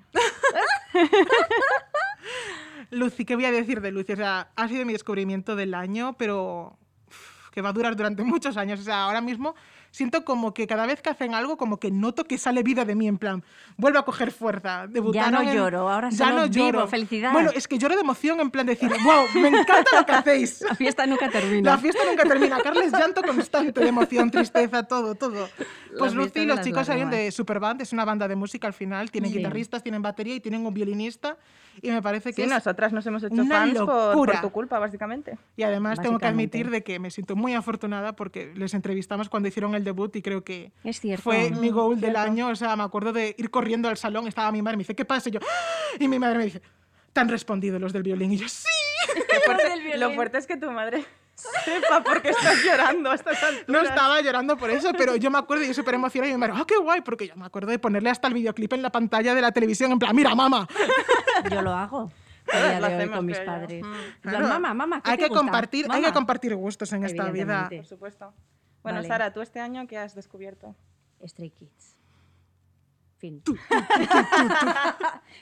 Speaker 3: Lucy, ¿qué voy a decir de Lucy? O sea, ha sido mi descubrimiento del año, pero uf, que va a durar durante muchos años. O sea, ahora mismo siento como que cada vez que hacen algo, como que noto que sale vida de mí, en plan, vuelvo a coger fuerza. Debutaron
Speaker 2: no
Speaker 3: en-
Speaker 2: lloro, ahora
Speaker 3: ya
Speaker 2: solo
Speaker 3: no
Speaker 2: vivo,
Speaker 3: lloro.
Speaker 2: felicidad.
Speaker 3: Bueno, es que lloro de emoción, en plan decir, wow, me encanta lo
Speaker 2: *laughs*
Speaker 3: que hacéis.
Speaker 2: La fiesta
Speaker 3: *laughs*
Speaker 2: nunca termina.
Speaker 3: La fiesta nunca termina. Carles, llanto constante de emoción, tristeza, todo, todo. Pues
Speaker 2: fiesta
Speaker 3: Lucy
Speaker 2: de
Speaker 3: y los
Speaker 2: las
Speaker 3: chicos salieron de
Speaker 2: lágrimas.
Speaker 3: Superband, es una banda de música al final. Tienen
Speaker 2: Sí.
Speaker 3: guitarristas, tienen batería y tienen un violinista. Y me parece que
Speaker 4: Sí,
Speaker 3: es-
Speaker 4: nosotras nos hemos hecho
Speaker 3: una
Speaker 4: fans por- por,
Speaker 3: locura.
Speaker 4: tu
Speaker 2: *laughs*
Speaker 4: culpa, básicamente.
Speaker 3: Y además tengo que
Speaker 2: Básicamente.
Speaker 3: admitir de que me siento muy afortunada porque les entrevistamos cuando hicieron el debut y creo que
Speaker 2: Es cierto.
Speaker 3: fue mi goal del
Speaker 4: cierto.
Speaker 3: año. O sea, me acuerdo de ir corriendo al salón, estaba mi madre, me dice, ¿qué pasa? Y yo, "¡Ah!". y mi madre me dice, ¿te han respondido los del violín? Y yo, sí.
Speaker 4: Lo fuerte-
Speaker 2: del violín.
Speaker 4: lo fuerte es que tu madre *laughs* sepa por qué estás llorando a estas alturas.
Speaker 3: No estaba llorando por eso, pero yo me acuerdo y yo súper emocionada y me dijo, ¡ah, qué guay! Porque yo me acuerdo de ponerle hasta el videoclip en la pantalla de la televisión, en plan, ¡mira, mamá!
Speaker 2: Yo lo
Speaker 3: *laughs*
Speaker 2: hago. a
Speaker 4: Todas
Speaker 2: día de
Speaker 4: lo
Speaker 2: hoy
Speaker 4: hacemos,
Speaker 2: con mis
Speaker 4: creo yo.
Speaker 2: padres.
Speaker 4: Mm.
Speaker 2: En plan,
Speaker 3: Claro.
Speaker 2: mamá, mamá, ¿qué
Speaker 3: hay
Speaker 2: te
Speaker 3: que
Speaker 2: gusta?
Speaker 3: compartir, hay que
Speaker 2: Mamá".
Speaker 3: compartir gustos en esta vida.
Speaker 2: Evidentemente.
Speaker 4: Por supuesto. Bueno,
Speaker 2: Vale.
Speaker 4: Sara, ¿tú este año qué has descubierto?
Speaker 2: Stray Kids. Fin. *laughs*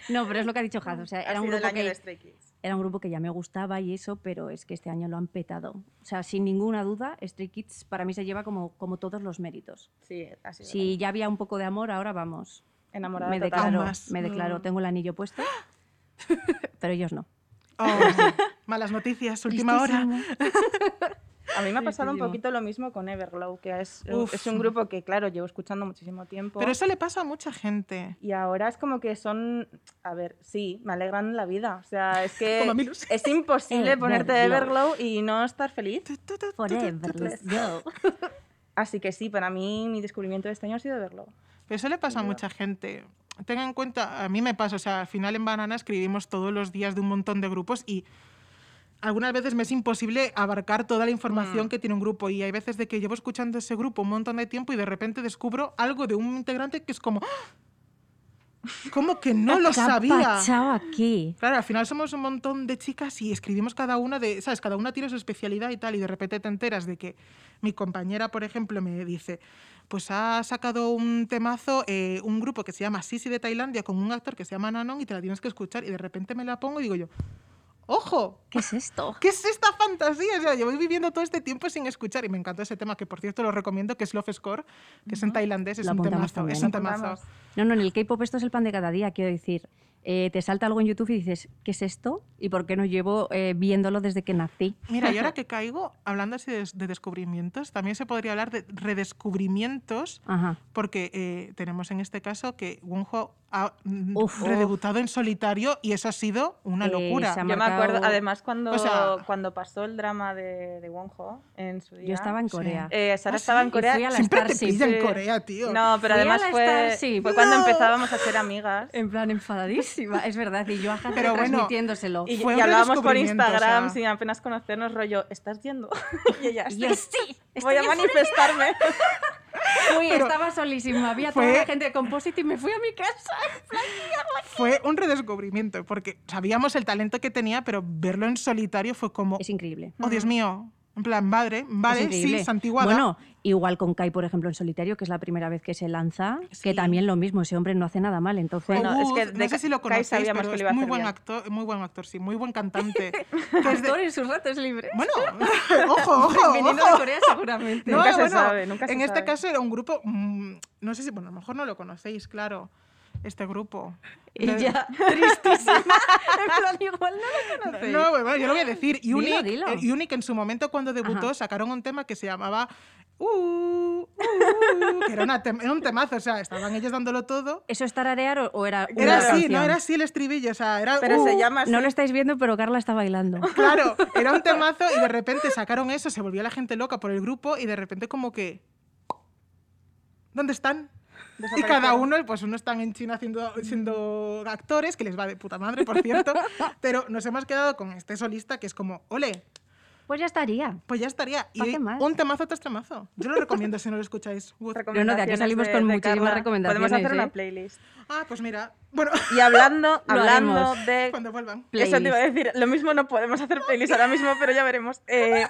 Speaker 2: no, pero es lo que ha dicho Jaz. O sea,
Speaker 4: ha
Speaker 2: era un,
Speaker 4: sido el
Speaker 2: grupo
Speaker 4: año de
Speaker 2: que,
Speaker 4: Stray Kids.
Speaker 2: era un grupo que ya me gustaba y eso, pero es que este año lo han petado. O sea, sin ninguna duda, Stray Kids para mí se lleva como, como todos los méritos.
Speaker 4: Sí, ha sido
Speaker 2: Si ya había un poco de amor, ahora vamos.
Speaker 4: enamorada
Speaker 2: me
Speaker 4: total.
Speaker 2: declaro,
Speaker 3: Aún más. Mm.
Speaker 2: me declaro, tengo el anillo
Speaker 3: *laughs*
Speaker 2: puesto. pero ellos no. *laughs*
Speaker 3: Oh, malas noticias, última hora.
Speaker 4: A mí me ha pasado un
Speaker 2: Tristísimo.
Speaker 4: poquito lo mismo con Everglow, que es, eh,
Speaker 3: Uf.
Speaker 4: es un grupo que, claro, llevo escuchando muchísimo tiempo.
Speaker 3: Pero eso le pasa a mucha gente.
Speaker 4: Y ahora es como que son, a ver, sí, me alegran la vida. O sea, *laughs* es que
Speaker 3: Como a mí, Luz.
Speaker 4: es imposible
Speaker 2: Eh,
Speaker 4: ponerte
Speaker 2: Everglow.
Speaker 4: Everglow y no estar feliz.
Speaker 3: Tu, tu, tu, tu, tu, tu,
Speaker 2: Forever,
Speaker 3: tu.
Speaker 2: let's go.
Speaker 4: Así que sí, para mí mi descubrimiento de este año ha sido Everglow.
Speaker 3: Pero eso le pasa a
Speaker 4: Ya.
Speaker 3: mucha gente. Tenga en cuenta, a mí me pasa, o sea, al final en Banana escribimos todos los días de un montón de grupos y algunas veces me es imposible abarcar toda la información
Speaker 4: Mm.
Speaker 3: que tiene un grupo y hay veces de que llevo escuchando ese grupo un montón de tiempo y de repente descubro algo de un integrante que es como, ¡Ah! como que no lo
Speaker 2: Capa
Speaker 3: sabía.
Speaker 2: chao aquí.
Speaker 3: Claro, al final somos un montón de chicas y escribimos cada una de, sabes, cada una tiene su especialidad y tal, y de repente te enteras de que mi compañera, por ejemplo, me dice, pues ha sacado un temazo, eh, un grupo que se llama Sisi de Tailandia con un actor que se llama Nanon y te la tienes que escuchar y de repente me la pongo y digo yo, ojo,
Speaker 2: ¿Qué es esto?
Speaker 3: ¿qué es esta fantasía? O sea, llevo viviendo todo este tiempo sin escuchar y me encanta ese tema, que por cierto lo recomiendo, que es Love Score, que es en tailandés, es
Speaker 2: Lo
Speaker 3: un
Speaker 2: apuntamos
Speaker 3: temazo,
Speaker 2: también.
Speaker 3: es un
Speaker 4: Lo
Speaker 3: temazo.
Speaker 4: apuntamos.
Speaker 2: No, no, en el K-pop esto es el pan de cada día, quiero decir. Eh, te salta algo en YouTube y dices, ¿qué es esto? ¿Y por qué no llevo eh, viéndolo desde que nací?
Speaker 3: Mira, y
Speaker 4: *laughs*
Speaker 3: ahora que caigo, hablando así de, de descubrimientos, también se podría hablar de redescubrimientos,
Speaker 2: Ajá.
Speaker 3: porque eh, tenemos en este caso que Wonjo ha mm,
Speaker 2: Uf.
Speaker 3: redebutado en solitario y eso ha sido una
Speaker 2: Eh,
Speaker 3: locura.
Speaker 2: se ha
Speaker 4: Yo me
Speaker 2: marcado-
Speaker 4: acuerdo, además, cuando,
Speaker 3: O sea-
Speaker 4: cuando pasó el drama de, de Wonho en su día.
Speaker 2: Yo estaba en Corea.
Speaker 4: Eh, Sara
Speaker 3: Ah,
Speaker 4: estaba
Speaker 3: sí,
Speaker 4: en
Speaker 3: y
Speaker 4: Corea.
Speaker 2: fui a la
Speaker 3: Siempre te
Speaker 2: Starship.
Speaker 3: pilla en
Speaker 4: Sí.
Speaker 3: Corea, tío.
Speaker 4: No, pero
Speaker 2: Fui a
Speaker 4: además
Speaker 2: la
Speaker 4: fue,
Speaker 2: Starship.
Speaker 4: fue cuando
Speaker 3: No.
Speaker 4: empezábamos a ser amigas.
Speaker 3: Em,
Speaker 2: En plan, enfadadísima, *laughs* es verdad. Y yo a Jaime
Speaker 3: Pero bueno,
Speaker 2: transmitiéndoselo.
Speaker 4: Y,
Speaker 3: Fue
Speaker 4: y
Speaker 3: un
Speaker 4: hablábamos por
Speaker 3: redescubrimiento, o
Speaker 4: Instagram
Speaker 3: sea.
Speaker 4: sin apenas conocernos, rollo, ¿estás yendo? *laughs* y ella,
Speaker 2: Y
Speaker 4: "Sí,
Speaker 2: yo, sí,
Speaker 4: voy
Speaker 2: estoy
Speaker 4: a
Speaker 2: en
Speaker 3: *laughs*
Speaker 4: manifestarme.
Speaker 2: Corea. Uy,
Speaker 3: Pero-
Speaker 2: estaba solísima, había
Speaker 3: Fue-
Speaker 2: toda la gente de Composite y me fui a mi casa.
Speaker 3: Fue un redescubrimiento, porque sabíamos el talento que tenía, pero verlo en solitario fue como,
Speaker 2: Es increíble.
Speaker 3: oh Dios mío, en plan, madre,
Speaker 2: Es
Speaker 3: vale, sí,
Speaker 2: increíble.
Speaker 3: santiguada.
Speaker 2: Bueno, igual con Kai, por ejemplo, en solitario, que es la primera vez que se lanza,
Speaker 3: Sí.
Speaker 2: que también lo mismo, ese hombre no hace nada mal, entonces...
Speaker 4: Bueno,
Speaker 3: Oud,
Speaker 4: es que
Speaker 3: no
Speaker 4: de
Speaker 3: sé si lo
Speaker 4: Kai
Speaker 3: conocéis,
Speaker 4: sabíamos
Speaker 3: pero
Speaker 4: que lo iba a
Speaker 3: es muy
Speaker 4: hacer
Speaker 3: buen
Speaker 4: bien.
Speaker 3: actor, muy buen actor, sí, muy
Speaker 4: *laughs*
Speaker 3: buen cantante. que es de-
Speaker 2: Actor en sus ratos libres.
Speaker 3: Bueno, ojo, ojo.
Speaker 2: Viniendo
Speaker 3: ojo.
Speaker 2: de Corea seguramente.
Speaker 4: No, Nunca se sabe, nunca se
Speaker 3: En este
Speaker 4: sabe.
Speaker 3: caso era un grupo, mm, no sé si, bueno, a lo mejor no lo conocéis, claro, este grupo.
Speaker 2: Y
Speaker 3: No-
Speaker 2: ya, tristísima. En plan, igual no lo conocéis.
Speaker 3: No, bueno, yo lo voy a decir.
Speaker 2: Dilo,
Speaker 3: Unique,
Speaker 2: dilo.
Speaker 3: eh, Unique en su momento cuando debutó
Speaker 2: Ajá.
Speaker 3: sacaron un tema que se llamaba Uh, uh, uh, que era, una tem- era un temazo, o sea, estaban ellos dándolo todo.
Speaker 2: ¿Eso es tararear o, o era una
Speaker 3: Era así,
Speaker 2: canción?
Speaker 3: no era así el estribillo, o sea, era
Speaker 4: Pero se
Speaker 3: "Uh".
Speaker 4: llama así.
Speaker 2: No lo estáis viendo, pero Carla está bailando.
Speaker 4: *laughs*
Speaker 3: Claro, era un temazo y de repente sacaron eso, se volvió la gente loca por el grupo y de repente como que... ¿Dónde están? Y cada
Speaker 4: Desaparecieron.
Speaker 3: uno, pues uno están en China haciendo, siendo actores, que les va de puta madre, por
Speaker 2: *laughs*
Speaker 3: cierto, pero nos hemos quedado con este solista que es como, ole,
Speaker 2: Pues ya estaría.
Speaker 3: pues ya estaría. Y
Speaker 2: ¿Pa' qué más?
Speaker 3: un temazo tras temazo. Yo lo recomiendo si no
Speaker 2: *laughs*
Speaker 3: lo escucháis. Wood.
Speaker 2: No, no, de aquí salimos
Speaker 4: de-
Speaker 2: con
Speaker 4: de
Speaker 2: muchísimas
Speaker 4: Carla.
Speaker 2: recomendaciones,
Speaker 4: Podemos hacer
Speaker 2: ¿eh?
Speaker 4: una playlist.
Speaker 3: Ah, pues mira, bueno, *laughs*
Speaker 4: Y hablando,
Speaker 2: Lo
Speaker 4: hablando
Speaker 2: haremos.
Speaker 4: de...
Speaker 3: cuando vuelvan.
Speaker 2: Playlist.
Speaker 4: Eso te iba a decir. Lo mismo no podemos hacer playlist ahora mismo, pero ya veremos. *laughs* Eh,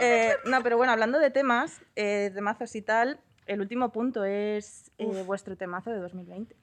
Speaker 4: eh, no, pero bueno, hablando de temas, eh, temazos y tal, el último punto es eh, vuestro temazo de 2020.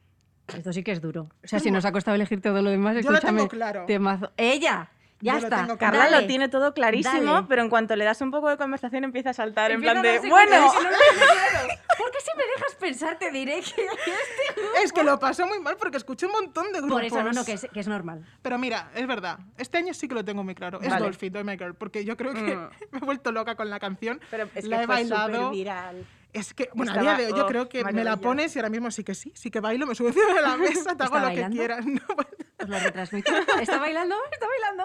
Speaker 2: Esto sí que es duro. O sea, si nos ha costado elegir todo lo demás,
Speaker 3: Yo lo
Speaker 2: escúchame.
Speaker 3: tengo claro.
Speaker 2: Temazo. ¡Ella! Ya
Speaker 3: Yo lo
Speaker 2: está.
Speaker 3: tengo claro.
Speaker 4: Carla
Speaker 2: Dale.
Speaker 4: lo tiene todo clarísimo,
Speaker 2: Dale.
Speaker 4: pero en cuanto le das un poco de conversación empieza a saltar
Speaker 2: Empieza
Speaker 4: en
Speaker 2: a
Speaker 4: plan de,
Speaker 2: darse cuenta
Speaker 4: bueno,
Speaker 2: de
Speaker 4: *laughs*
Speaker 2: que no lo tengo claro. *laughs* ¿Por qué si me dejas pensar te diré que este...
Speaker 3: Es que lo pasó muy mal porque escuché un montón de grupos.
Speaker 2: Por eso, no, no, que es, que es normal.
Speaker 3: Pero mira, es verdad. Este año sí que lo tengo muy claro. Es
Speaker 4: Vale.
Speaker 3: Dolphin, Doy My Girl, porque yo creo que
Speaker 4: Mm.
Speaker 3: *laughs* me he vuelto loca con la canción.
Speaker 4: pero es
Speaker 3: la
Speaker 4: que
Speaker 3: he
Speaker 4: fue súper
Speaker 3: bailado.
Speaker 4: viral.
Speaker 3: Es que, bueno, a
Speaker 4: Estaba-
Speaker 3: día de hoy yo
Speaker 4: oh,
Speaker 3: creo que me la
Speaker 4: maravilla.
Speaker 3: pones y ahora mismo sí que sí, sí que bailo, me *laughs* subes a la mesa, te hago
Speaker 2: ¿Está
Speaker 3: lo que
Speaker 2: bailando?
Speaker 3: quieras.
Speaker 2: *laughs*
Speaker 3: *laughs* No, bueno.
Speaker 2: Os lo retransmito. ¿Está bailando? ¿Está bailando?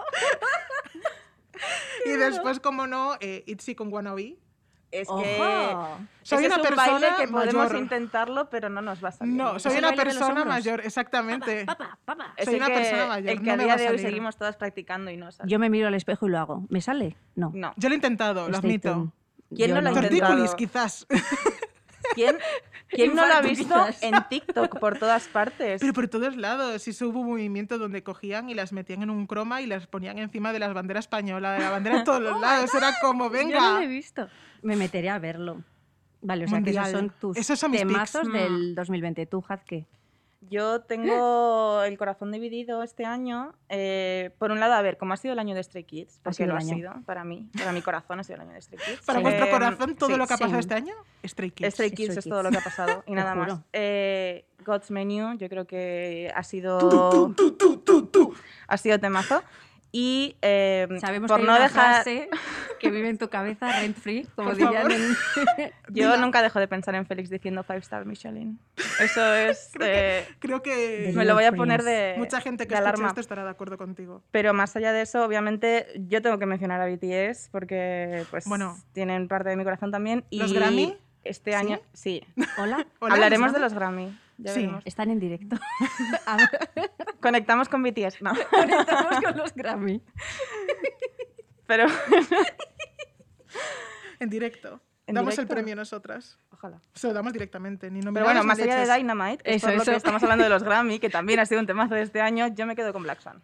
Speaker 3: y después, como no, eh, Itzy con Wannabe.
Speaker 4: Es
Speaker 2: ¡Ojo!
Speaker 4: que
Speaker 3: Soy
Speaker 4: ese
Speaker 3: una
Speaker 4: es un
Speaker 3: persona
Speaker 4: baile que podemos
Speaker 3: mayor.
Speaker 4: intentarlo, pero no nos va a salir.
Speaker 3: No,
Speaker 2: Es
Speaker 3: soy
Speaker 2: el
Speaker 3: una
Speaker 2: baile de los
Speaker 3: persona
Speaker 2: hombros.
Speaker 3: mayor, exactamente.
Speaker 2: Papá, papá.
Speaker 4: Es
Speaker 3: soy
Speaker 4: el
Speaker 3: una
Speaker 4: que-
Speaker 3: persona mayor,
Speaker 4: El que
Speaker 3: no
Speaker 4: a
Speaker 3: me va
Speaker 4: día
Speaker 3: a
Speaker 4: de hoy
Speaker 3: salir.
Speaker 4: seguimos todas practicando y no sale.
Speaker 2: Yo me miro al espejo y lo hago. ¿Me sale? No.
Speaker 4: No.
Speaker 3: Yo lo he intentado, lo
Speaker 2: Estoy
Speaker 3: admito.
Speaker 2: tonta.
Speaker 4: ¿Quién
Speaker 2: Yo
Speaker 4: no lo ha
Speaker 2: no.
Speaker 4: intentado?
Speaker 3: Tortícolis, quizás. *laughs*
Speaker 2: Pues
Speaker 4: ¿Quién, quién no lo ha
Speaker 2: Infarto,
Speaker 4: visto
Speaker 2: quizás.
Speaker 4: en TikTok por todas partes?
Speaker 3: Pero por todos lados. Y hubo un movimiento donde cogían y las metían en un croma y las ponían encima de la bandera española, de la
Speaker 2: *laughs*
Speaker 3: bandera de todos los lados. Era como,
Speaker 2: Oh Yo no lo
Speaker 3: venga.
Speaker 2: he visto. Me meteré a verlo. Vale, o sea que
Speaker 3: Mundial.
Speaker 2: esos son tus
Speaker 3: Esos son mis Mm.
Speaker 2: temazos
Speaker 4: picks.
Speaker 2: del 2020. Tú, Hazke.
Speaker 4: Yo tengo el corazón dividido este año. eh, por un lado, a ver, ¿cómo ha sido el año de Stray Kids? Porque
Speaker 2: sido el
Speaker 4: lo ha
Speaker 2: año.
Speaker 4: sido para mí. Para mi corazón ha sido el año de Stray Kids.
Speaker 3: Para
Speaker 2: Sí.
Speaker 3: vuestro
Speaker 4: Eh,
Speaker 3: corazón, todo
Speaker 4: sí.
Speaker 3: lo que ha pasado
Speaker 2: sí.
Speaker 3: este año, Stray Kids.
Speaker 4: Stray
Speaker 2: Stray
Speaker 4: Kids es
Speaker 2: Kids.
Speaker 4: todo lo que ha pasado y
Speaker 2: Te
Speaker 4: nada más.
Speaker 2: juro.
Speaker 4: Eh, God's Menu, yo creo que ha sido
Speaker 3: Tú, tú, tú, tú.
Speaker 4: ha sido temazo y eh,
Speaker 2: Sabemos
Speaker 4: por
Speaker 2: que hay
Speaker 4: no
Speaker 2: una
Speaker 4: dejar
Speaker 2: frase que vive en tu cabeza, rent free, como
Speaker 3: Por
Speaker 2: dirían
Speaker 3: favor.
Speaker 2: en... *laughs*
Speaker 4: yo nunca dejo de pensar en Félix diciendo five star Michelin. Eso *laughs* es eh,
Speaker 3: Creo
Speaker 2: Del-
Speaker 3: que
Speaker 4: me lo voy a
Speaker 2: Prince.
Speaker 4: poner de
Speaker 2: eh,
Speaker 3: mucha gente que
Speaker 4: de
Speaker 3: escucha este
Speaker 4: alarma.
Speaker 3: esto estará de acuerdo contigo.
Speaker 4: Pero más allá de eso, obviamente, yo tengo que mencionar a BTS porque pues
Speaker 3: Bueno.
Speaker 4: tienen parte de mi corazón también. Y
Speaker 3: ¿Los Grammy?
Speaker 4: Este año, sí.
Speaker 2: Hola,
Speaker 3: Hola,
Speaker 4: Hablaremos de
Speaker 3: Elsa.
Speaker 4: los Grammy. Ya
Speaker 3: Sí.
Speaker 4: veremos.
Speaker 2: están en
Speaker 3: *laughs*
Speaker 2: directo. A ver,
Speaker 4: Conectamos con BTS. No.
Speaker 2: Conectamos con los Grammy.
Speaker 4: Pero
Speaker 3: En directo.
Speaker 4: ¿En
Speaker 3: damos el
Speaker 4: directo?
Speaker 3: premio nosotras.
Speaker 4: ojalá.
Speaker 3: Se lo damos directamente, ni
Speaker 4: Pero
Speaker 3: nominadas
Speaker 4: bueno,
Speaker 3: ni
Speaker 4: más allá de
Speaker 3: leches.
Speaker 4: Dynamite, que es
Speaker 2: Eso,
Speaker 4: por lo
Speaker 2: eso.
Speaker 4: que estamos hablando de los Grammy, que también ha sido un temazo de este año, yo me quedo con Black Swan.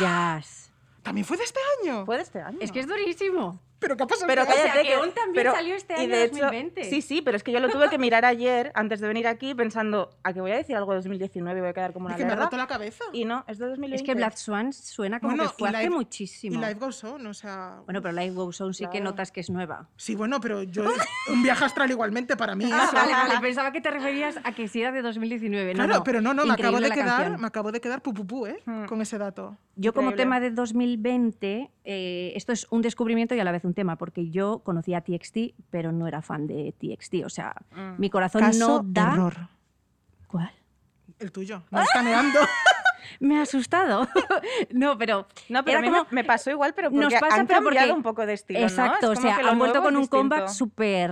Speaker 2: Jazz.
Speaker 3: También fue de este año.
Speaker 4: Fue de este año.
Speaker 2: Es que es durísimo.
Speaker 3: Pero ¿qué ha pasado?
Speaker 4: Pero
Speaker 3: este año?
Speaker 4: cállate,
Speaker 2: sea, que aún también salió este
Speaker 4: y
Speaker 2: año,
Speaker 4: de hecho-
Speaker 2: 2020.
Speaker 4: sí, sí, pero es que yo lo tuve que mirar ayer antes de venir aquí pensando, ¿a que voy a decir algo de 2019? Voy a quedar como una
Speaker 3: Es que me ha
Speaker 4: lerda".
Speaker 3: roto la cabeza.
Speaker 4: Y no, es de 2020.
Speaker 2: Es que Black Swan suena como
Speaker 3: Bueno,
Speaker 2: que fue
Speaker 3: y
Speaker 2: hace
Speaker 3: Live-
Speaker 2: muchísimo.
Speaker 3: Y Live Goes On, o sea...
Speaker 2: Bueno, pero Live Wow Sound sí que
Speaker 4: Claro.
Speaker 2: notas que es nueva.
Speaker 3: Sí, bueno,
Speaker 2: *laughs*
Speaker 3: pero yo... Un viaje astral igualmente para mí.
Speaker 2: Ah,
Speaker 3: *laughs* eso.
Speaker 2: vale, vale. Pensaba que te referías a que si era de 2019. No,
Speaker 3: Claro,
Speaker 2: no.
Speaker 3: pero no, no, me acabo,
Speaker 2: Increíble
Speaker 3: de
Speaker 2: la
Speaker 3: quedar,
Speaker 2: canción. Hmm.
Speaker 3: me acabo de quedar pupupú, ¿eh?
Speaker 4: Mm.
Speaker 3: Con ese dato.
Speaker 2: Yo como
Speaker 4: Increíble.
Speaker 2: tema de 2020, eh, esto es un descubrimiento y a la vez un tema, porque yo conocía a TXT, pero no era fan de TXT. O sea,
Speaker 4: Mm.
Speaker 2: mi corazón no da...
Speaker 3: error.
Speaker 2: ¿Cuál? *laughs*
Speaker 3: El tuyo. No está meando.
Speaker 2: Me ha asustado. *laughs* no, pero...
Speaker 4: No,
Speaker 2: era
Speaker 4: pero a mí
Speaker 2: como-
Speaker 4: me, me pasó igual, pero porque
Speaker 2: Nos pasa,
Speaker 4: han
Speaker 2: pero
Speaker 4: cambiado
Speaker 2: porque-
Speaker 4: un poco de estilo, ¿no?
Speaker 2: Exacto,
Speaker 4: Es
Speaker 2: o
Speaker 4: como
Speaker 2: sea,
Speaker 4: que lo
Speaker 2: han vuelto
Speaker 4: nuevo
Speaker 2: con
Speaker 4: es
Speaker 2: un comeback
Speaker 4: distinto.
Speaker 2: súper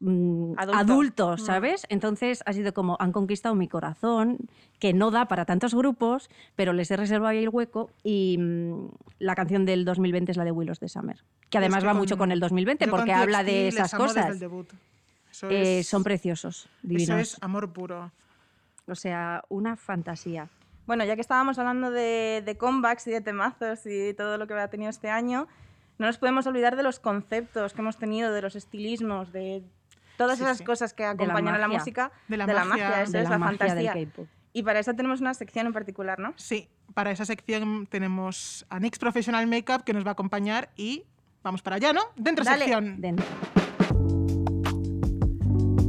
Speaker 2: mm,
Speaker 4: Adulto.
Speaker 2: adulto.
Speaker 4: Mm.
Speaker 2: ¿sabes? Entonces ha sido como, han conquistado mi corazón, que no da para tantos grupos, pero les he reservado ahí el hueco y mm, la canción del 2020 es la de Willows de Summer, que además
Speaker 3: Es que
Speaker 2: va mucho con el 2020
Speaker 3: yo con
Speaker 2: porque habla
Speaker 3: TXT
Speaker 2: de
Speaker 3: les
Speaker 2: esas
Speaker 3: amo desde
Speaker 2: cosas.
Speaker 3: el debut. Eso
Speaker 2: Eh,
Speaker 3: es-
Speaker 2: son preciosos,
Speaker 3: Eso
Speaker 2: divinos.
Speaker 3: es amor puro.
Speaker 2: O sea, una fantasía.
Speaker 4: Bueno, ya que estábamos hablando de, de comebacks y de temazos y todo lo que ha tenido este año, no nos podemos olvidar de los conceptos que hemos tenido, de los estilismos, de todas
Speaker 3: Sí,
Speaker 4: esas
Speaker 3: sí.
Speaker 4: cosas que
Speaker 2: la
Speaker 4: acompañan a la
Speaker 2: magia.
Speaker 4: música,
Speaker 3: De la magia.
Speaker 4: eso
Speaker 2: de
Speaker 4: es
Speaker 2: la,
Speaker 4: la
Speaker 2: magia
Speaker 4: fantasía.
Speaker 2: del K-pop.
Speaker 4: Y para eso tenemos una sección en particular, ¿no?
Speaker 3: Sí, para esa sección tenemos a Nix Professional Makeup que nos va a acompañar y vamos para allá, ¿no? Dentro
Speaker 4: Dale,
Speaker 3: sección.
Speaker 2: Dentro.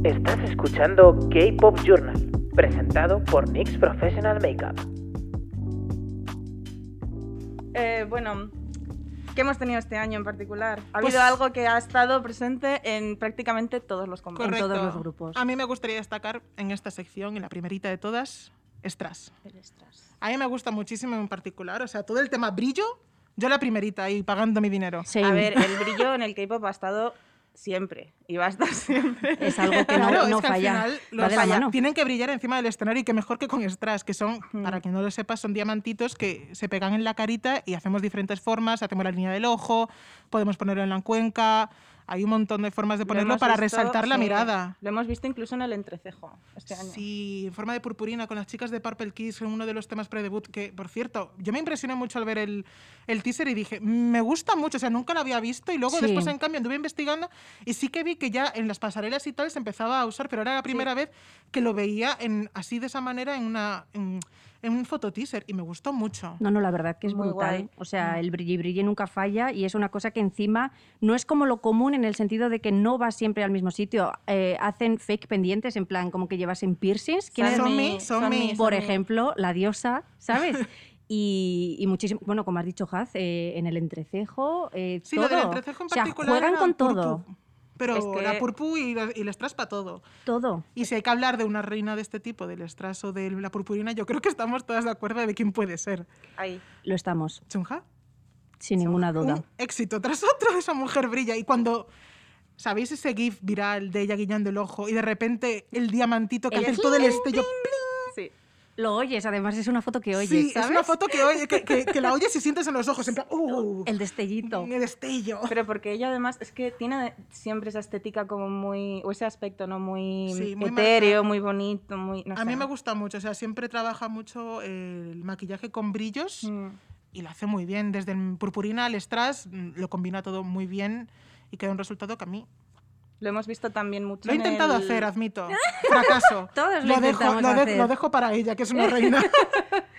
Speaker 1: Estás escuchando K-Pop Journal, presentado por NYX Professional Makeup.
Speaker 4: Eh, bueno, ¿qué hemos tenido este año en particular? Ha
Speaker 3: Pues-
Speaker 4: habido algo que ha estado presente en prácticamente todos los comebacks.
Speaker 3: Correcto.
Speaker 2: todos los grupos.
Speaker 3: A mí me gustaría destacar en esta sección, en la primerita de todas, Strass. A mí me gusta muchísimo en particular, o sea, todo el tema brillo, yo la primerita ahí pagando mi dinero.
Speaker 2: Same.
Speaker 4: A ver, el brillo en el K-pop ha estado siempre y va a estar *laughs* siempre.
Speaker 2: es algo que no,
Speaker 3: Claro,
Speaker 2: no
Speaker 3: es que
Speaker 2: falla.
Speaker 3: al final
Speaker 2: Va
Speaker 3: los
Speaker 2: de la
Speaker 3: falla-
Speaker 2: mano.
Speaker 3: tienen que brillar encima del escenario y que mejor que con strass, que son,
Speaker 4: Mm.
Speaker 3: para quien no lo sepa, son diamantitos que se pegan en la carita y hacemos diferentes formas, hacemos la línea del ojo, podemos ponerlo en la cuenca, hay un montón de formas de
Speaker 4: Lo
Speaker 3: ponerlo
Speaker 4: hemos
Speaker 3: para
Speaker 4: visto,
Speaker 3: resaltar la
Speaker 4: sí,
Speaker 3: mirada.
Speaker 4: Lo hemos visto incluso en el entrecejo este año.
Speaker 3: Sí, en forma de purpurina con las chicas de Purple Kiss en uno de los temas pre-debut, que por cierto, yo me impresioné mucho al ver el, el teaser y dije, me gusta mucho, o sea, nunca lo había visto y luego
Speaker 2: Sí.
Speaker 3: después en cambio anduve investigando y sí que vi que ya en las pasarelas y tal se empezaba a usar, pero era la primera vez que lo veía en, así de esa manera en, una, en, en un fototeaser y me gustó mucho.
Speaker 2: No, no, la verdad que es
Speaker 4: Muy
Speaker 2: brutal.
Speaker 4: guay.
Speaker 2: O
Speaker 3: Mm.
Speaker 2: sea, el brilli brilli nunca falla y es una cosa que encima no es como lo común en el sentido de que no va siempre al mismo sitio. Eh, hacen fake pendientes, en plan, como que llevasen piercings. ¿Quién es?
Speaker 3: Son
Speaker 4: Sunmi,
Speaker 3: mi, son mi.
Speaker 4: Sunmi,
Speaker 2: Por
Speaker 4: Sunmi.
Speaker 2: ejemplo, la diosa,
Speaker 3: *laughs*
Speaker 2: ¿sabes? Y, y muchísimo, bueno, como has dicho, Haz, eh, en el entrecejo, eh,
Speaker 3: Sí,
Speaker 2: todo.
Speaker 3: lo del entrecejo en
Speaker 2: o sea,
Speaker 3: particular.
Speaker 2: juegan
Speaker 3: era
Speaker 2: con
Speaker 3: purpú,
Speaker 2: todo,
Speaker 3: Pero
Speaker 4: Es que-
Speaker 3: la purpú y, la- y el strass para todo.
Speaker 2: todo.
Speaker 3: Y si hay que hablar de una reina de este tipo, del strass o de la purpurina, yo creo que estamos todas de acuerdo de quién puede ser.
Speaker 4: Ahí.
Speaker 2: Lo estamos,
Speaker 3: Chunha.
Speaker 2: sin ninguna duda.
Speaker 3: Un éxito tras otro, esa mujer brilla. Y cuando ¿Sabéis ese gif viral de ella guiñando el ojo y de repente el diamantito que
Speaker 2: El
Speaker 3: hace el- todo el estello?
Speaker 4: Sí.
Speaker 2: Lo oyes, además es una foto que oyes.
Speaker 3: sí, es
Speaker 2: ¿sabes?
Speaker 3: una foto que, oye- que, que- que la oyes y sientes en los ojos, en plan, ¡uh!
Speaker 2: *laughs* El destellito.
Speaker 3: el destello.
Speaker 4: Pero porque ella además es que tiene de- siempre esa estética como muy, o ese aspecto, ¿no? Muy,
Speaker 3: Sí, muy
Speaker 4: etéreo,
Speaker 3: marcado.
Speaker 4: muy bonito, muy... no
Speaker 3: A
Speaker 4: sé.
Speaker 3: mí me gusta mucho, o sea, siempre trabaja mucho el maquillaje con brillos
Speaker 4: Mm.
Speaker 3: y lo hace muy bien. Desde el purpurina al strass mm, lo combina todo muy bien y queda un resultado que a mí
Speaker 4: Lo hemos visto también mucho
Speaker 3: lo he
Speaker 4: en
Speaker 3: intentado
Speaker 4: el-
Speaker 2: *laughs*
Speaker 3: hacer, admito. Fracaso.
Speaker 2: Todos lo
Speaker 3: dejo,
Speaker 2: intentamos
Speaker 3: de-
Speaker 2: hacer.
Speaker 3: lo dejo para ella, que es
Speaker 2: *laughs*
Speaker 3: una reina.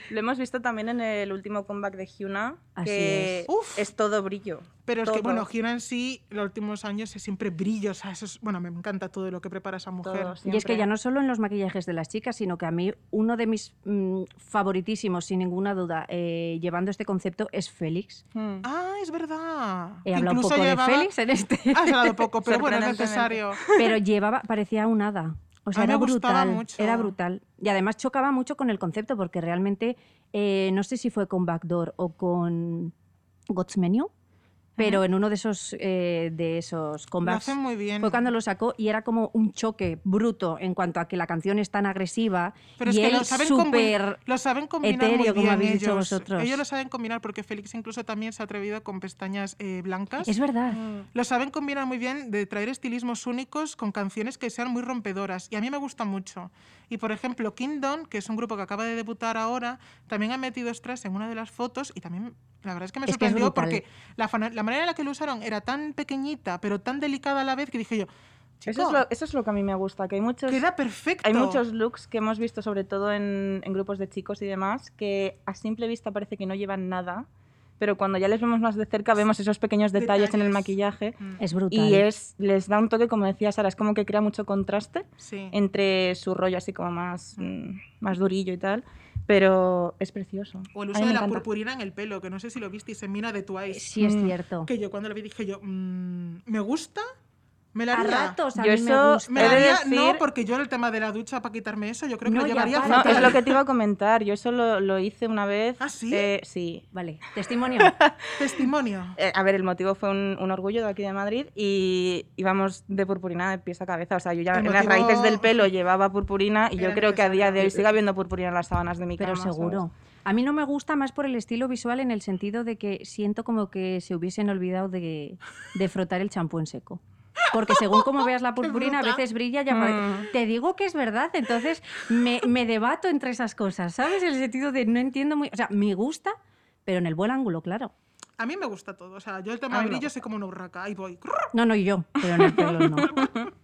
Speaker 4: Lo hemos visto también en el último comeback de Hyuna,
Speaker 2: Así
Speaker 4: que
Speaker 3: es. Uf.
Speaker 4: todo brillo.
Speaker 3: Pero es que,
Speaker 4: todo.
Speaker 3: bueno, Hyuna en sí, los últimos años es siempre brillo. O sea, eso es, bueno, me encanta todo lo que prepara esa mujer.
Speaker 2: Y
Speaker 4: Todo,
Speaker 2: es que
Speaker 4: siempre.
Speaker 2: ya no solo en los maquillajes de las chicas, sino que a mí uno de mis mm, favoritísimos, sin ninguna duda, eh, llevando este concepto, es Félix.
Speaker 4: Mm.
Speaker 3: Ah, es verdad.
Speaker 2: He
Speaker 3: Que
Speaker 2: hablado un
Speaker 3: incluso
Speaker 2: poco
Speaker 3: llevaba- Ah,
Speaker 2: de Félix en
Speaker 3: *laughs*
Speaker 2: este,
Speaker 3: Has hablado poco, pero bueno, es necesario.
Speaker 4: Sorprendentemente.
Speaker 2: *laughs* pero llevaba, parecía un hada. O sea,
Speaker 3: A mí
Speaker 2: era
Speaker 3: me gustaba
Speaker 2: brutal.
Speaker 3: mucho.
Speaker 2: Era brutal. Y además chocaba mucho con el concepto, porque realmente, eh, no sé si fue con Backdoor o con God's Menu, pero en uno de esos, eh, de esos
Speaker 3: Lo
Speaker 2: comebacks
Speaker 3: hacen muy bien.
Speaker 2: Fue cuando lo sacó y era como un choque bruto en cuanto a que la canción es tan agresiva
Speaker 3: Pero
Speaker 2: y
Speaker 3: es que
Speaker 2: él
Speaker 3: lo saben, combi-
Speaker 2: súper
Speaker 3: lo saben combinar muy
Speaker 2: etéreo, como
Speaker 3: bien
Speaker 2: habéis
Speaker 3: ellos.
Speaker 2: dicho vosotros.
Speaker 3: Ellos lo saben combinar porque Félix incluso también se ha atrevido con pestañas eh, blancas.
Speaker 2: Es verdad.
Speaker 4: Mm.
Speaker 3: Lo saben combinar muy bien de traer estilismos únicos con canciones que sean muy rompedoras. Y a mí me gusta mucho. Y por ejemplo, Kingdom, que es un grupo que acaba de debutar ahora, también ha metido strass en una de las fotos y también la verdad es que me
Speaker 2: Es que es
Speaker 3: sorprendió
Speaker 2: brutal.
Speaker 3: porque la, fana- la manera en la que lo usaron era tan pequeñita pero tan delicada a la vez que dije yo,
Speaker 4: Eso,
Speaker 3: chico,
Speaker 4: es lo, eso es lo que a mí me gusta, que hay muchos...
Speaker 3: queda perfecto.
Speaker 4: Hay muchos looks que hemos visto, sobre todo en, en grupos de chicos y demás, que a simple vista parece que no llevan nada, pero cuando ya les vemos más de cerca vemos esos pequeños detalles, en el
Speaker 3: Detalles.
Speaker 4: maquillaje
Speaker 3: Mm,
Speaker 2: Es brutal.
Speaker 4: y es, les da un toque, como decía Sara, es como que crea mucho contraste
Speaker 3: sí.
Speaker 4: entre su rollo así como más, mm, más durillo y tal, pero es precioso.
Speaker 3: O el
Speaker 4: A
Speaker 3: uso de
Speaker 4: mí me
Speaker 3: la
Speaker 4: encanta.
Speaker 3: purpurina en el pelo, que no sé si lo visteis en Mina de Twice.
Speaker 2: Sí, es
Speaker 4: Mm.
Speaker 2: cierto.
Speaker 3: Que yo cuando lo vi dije yo, mm, ¿me gusta? ¿Me la
Speaker 2: A
Speaker 3: haría?
Speaker 2: ratos a
Speaker 4: Yo
Speaker 2: mí me
Speaker 4: eso-
Speaker 2: gusta.
Speaker 3: Me
Speaker 4: He
Speaker 3: la
Speaker 4: de
Speaker 3: haría, no,
Speaker 4: decir-
Speaker 3: porque yo el tema de la ducha para quitarme eso, yo creo que
Speaker 2: No,
Speaker 3: lo
Speaker 2: ya
Speaker 3: llevaría
Speaker 2: para.
Speaker 4: No,
Speaker 3: fatal.
Speaker 4: es lo que te iba a comentar, yo eso lo, lo hice una vez.
Speaker 3: ¿Ah, sí?
Speaker 4: eh, sí,
Speaker 2: Vale,
Speaker 3: *laughs*
Speaker 2: testimonio.
Speaker 3: Testimonio.
Speaker 4: Eh, a ver, el motivo fue un, un orgullo de aquí de Madrid y íbamos de purpurina de pies a cabeza. O sea, yo ya
Speaker 3: El
Speaker 4: en las
Speaker 3: motivo-
Speaker 4: raíces del pelo llevaba purpurina y yo
Speaker 3: Era
Speaker 4: creo que a día de
Speaker 3: necesario.
Speaker 4: hoy sigue habiendo purpurina en las sábanas de mi cama.
Speaker 2: Pero
Speaker 4: ¿sabes?
Speaker 2: seguro. A mí no me gusta más por el estilo visual en el sentido de que siento como que se hubiesen olvidado de, de frotar el champú en seco. Porque según como veas
Speaker 3: *laughs*
Speaker 2: la purpurina, a
Speaker 3: bruta.
Speaker 2: veces brilla y apare-
Speaker 4: Mm.
Speaker 2: Te digo que es verdad, entonces me, me debato entre esas cosas, ¿sabes? En el sentido de no entiendo muy... O sea, me gusta, pero en el buen ángulo, claro.
Speaker 3: A mí me gusta todo. O sea, yo el
Speaker 4: A
Speaker 3: tema
Speaker 4: mí me
Speaker 3: brillo
Speaker 4: gusta.
Speaker 3: soy como una urraca. Ahí voy.
Speaker 2: No, no, y yo, pero en
Speaker 3: *laughs*
Speaker 2: el pelo no.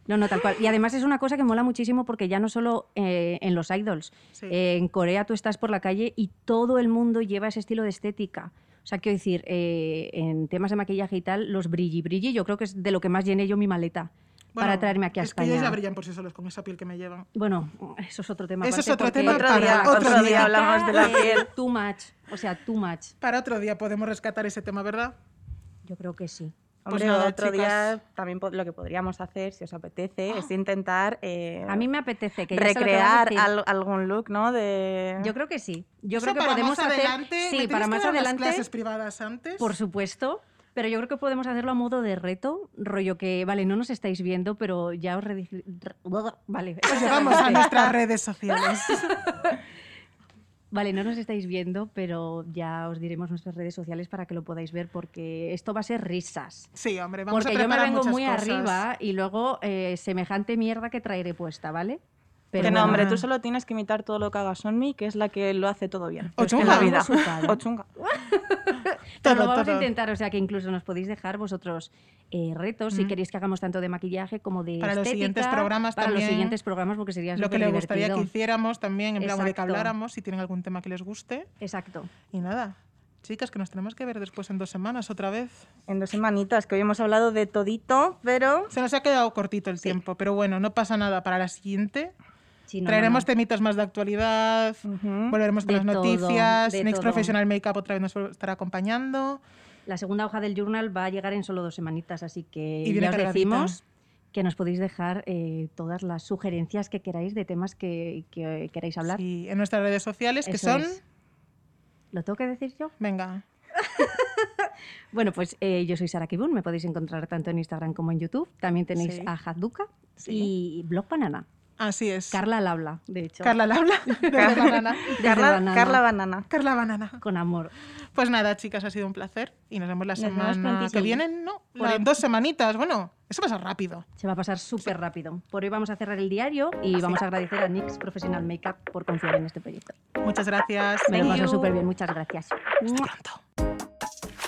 Speaker 2: No, no, tal cual. Y además es una cosa que mola muchísimo porque ya no solo eh, en los idols,
Speaker 3: Sí.
Speaker 2: eh, en Corea tú estás por la calle y todo el mundo lleva ese estilo de estética. O sea, quiero decir, eh, en temas de maquillaje y tal, los brilli brilli, yo creo que es de lo que más llené yo mi maleta
Speaker 3: Bueno,
Speaker 2: para traerme aquí a
Speaker 3: Es que ellos
Speaker 2: España.
Speaker 3: ya brillan por sí solos con esa piel que me llevan.
Speaker 2: Bueno, eso es otro tema.
Speaker 3: Eso es
Speaker 2: aparte,
Speaker 3: otro
Speaker 2: porque-
Speaker 3: tema
Speaker 4: Otro
Speaker 3: para
Speaker 4: día,
Speaker 3: otro,
Speaker 4: otro
Speaker 3: día.
Speaker 4: día.
Speaker 2: *laughs*
Speaker 4: hablamos de la
Speaker 2: Eh,
Speaker 4: piel.
Speaker 2: Too much, o sea, too much.
Speaker 3: Para otro día podemos rescatar ese tema, ¿verdad?
Speaker 2: Yo creo que sí.
Speaker 3: Pues
Speaker 4: Hombre,
Speaker 3: nada,
Speaker 4: otro día
Speaker 3: chicas.
Speaker 4: también po- lo que podríamos hacer, si os apetece,
Speaker 3: *gasps*
Speaker 4: es intentar eh,
Speaker 2: A mí me apetece que ya sé lo que vas a
Speaker 4: recrear
Speaker 2: decir.
Speaker 4: al- algún look, ¿no? De...
Speaker 2: Yo creo que sí. Yo
Speaker 3: Eso
Speaker 2: creo que
Speaker 3: para
Speaker 2: podemos
Speaker 3: más
Speaker 2: hacer
Speaker 3: adelante. ¿me
Speaker 2: sí,
Speaker 3: tienes
Speaker 2: para
Speaker 3: que
Speaker 2: más
Speaker 3: dar unas
Speaker 2: adelante,
Speaker 3: clases pues? privadas antes?
Speaker 2: por supuesto, pero yo creo que podemos hacerlo a modo de reto, rollo que vale, no nos estáis viendo, pero ya os redirige- re-
Speaker 3: *laughs*
Speaker 2: vale. *laughs*
Speaker 3: Os llevamos a nuestras redes sociales.
Speaker 2: Vale, no nos estáis viendo, pero ya os diremos nuestras redes sociales para que lo podáis ver porque esto va a ser risas.
Speaker 3: Sí, hombre, vamos
Speaker 2: Porque
Speaker 3: a
Speaker 2: yo me
Speaker 3: preparar
Speaker 2: vengo
Speaker 3: muchas
Speaker 2: muy
Speaker 3: cosas.
Speaker 2: arriba y luego eh, semejante mierda que traeré puesta, ¿vale?
Speaker 4: Que no,
Speaker 2: bueno,
Speaker 4: hombre,
Speaker 3: bueno.
Speaker 4: tú solo tienes que imitar todo lo que haga Sonmi, que es la que lo hace todo bien.
Speaker 3: O
Speaker 4: Es que en
Speaker 3: chunga.
Speaker 4: la vida.
Speaker 2: Resultado.
Speaker 4: O chunga.
Speaker 2: Pero
Speaker 3: Todo,
Speaker 2: lo vamos
Speaker 3: todo.
Speaker 2: a intentar, o sea que incluso nos podéis dejar vosotros eh, retos si
Speaker 3: Mm.
Speaker 2: queréis que hagamos tanto de maquillaje como de
Speaker 3: Para los
Speaker 2: estética,
Speaker 3: siguientes programas
Speaker 2: para
Speaker 3: también.
Speaker 2: los siguientes programas porque sería
Speaker 3: Lo que les
Speaker 2: superdivertido.
Speaker 3: gustaría que hiciéramos también, en plan, o de que
Speaker 2: Exacto.
Speaker 3: habláramos, si tienen algún tema que les guste.
Speaker 2: Exacto.
Speaker 3: Y nada, chicas, que nos tenemos que ver después en dos semanas otra vez.
Speaker 4: En dos semanitas, que hoy hemos hablado de todito, pero
Speaker 3: Se nos ha quedado cortito el tiempo, pero bueno, no pasa nada. Para la siguiente
Speaker 2: Sí, no, no,
Speaker 3: traeremos
Speaker 2: no.
Speaker 3: temitas más de actualidad,
Speaker 4: Ujú.
Speaker 3: volveremos con
Speaker 2: De
Speaker 3: las
Speaker 2: todo,
Speaker 3: noticias,
Speaker 2: de
Speaker 3: Next
Speaker 2: todo.
Speaker 3: Professional Makeup otra vez nos estará acompañando.
Speaker 2: La segunda hoja del journal va a llegar en solo dos semanitas, así que
Speaker 3: Y viene
Speaker 2: ya os
Speaker 3: cargadita.
Speaker 2: decimos que nos podéis dejar eh, todas las sugerencias que queráis de temas que, que queráis hablar.
Speaker 3: Sí, en nuestras redes sociales, que
Speaker 2: Eso
Speaker 3: son...
Speaker 2: es. ¿Lo tengo que decir yo?
Speaker 3: Venga.
Speaker 2: bueno, pues eh, yo soy Sara Kibun, me podéis encontrar tanto en Instagram como en YouTube. También tenéis
Speaker 4: Sí.
Speaker 2: a Hazuka
Speaker 4: Sí.
Speaker 2: y Blog Banana.
Speaker 3: Así es.
Speaker 2: Carla al habla, de hecho. *laughs*
Speaker 3: Carla Labla. desde Banana.
Speaker 2: Desde
Speaker 4: Carla
Speaker 2: Banana.
Speaker 4: Carla Banana.
Speaker 3: Carla Banana.
Speaker 2: Con amor.
Speaker 3: Pues nada, chicas, ha sido un placer y nos vemos la
Speaker 4: Nos vemos
Speaker 3: semana
Speaker 4: prontito.
Speaker 3: que viene, ¿no?
Speaker 4: Por
Speaker 3: Las
Speaker 4: ahí.
Speaker 3: dos semanitas, bueno, eso pasa rápido.
Speaker 2: Se va a pasar súper rápido. Por hoy vamos a cerrar el diario y vamos a agradecer a NYX Professional Makeup por confiar en este proyecto.
Speaker 3: Muchas gracias.
Speaker 2: Me lo
Speaker 4: Thank
Speaker 2: paso
Speaker 4: you.
Speaker 2: súper bien, muchas gracias.
Speaker 3: Hasta pronto.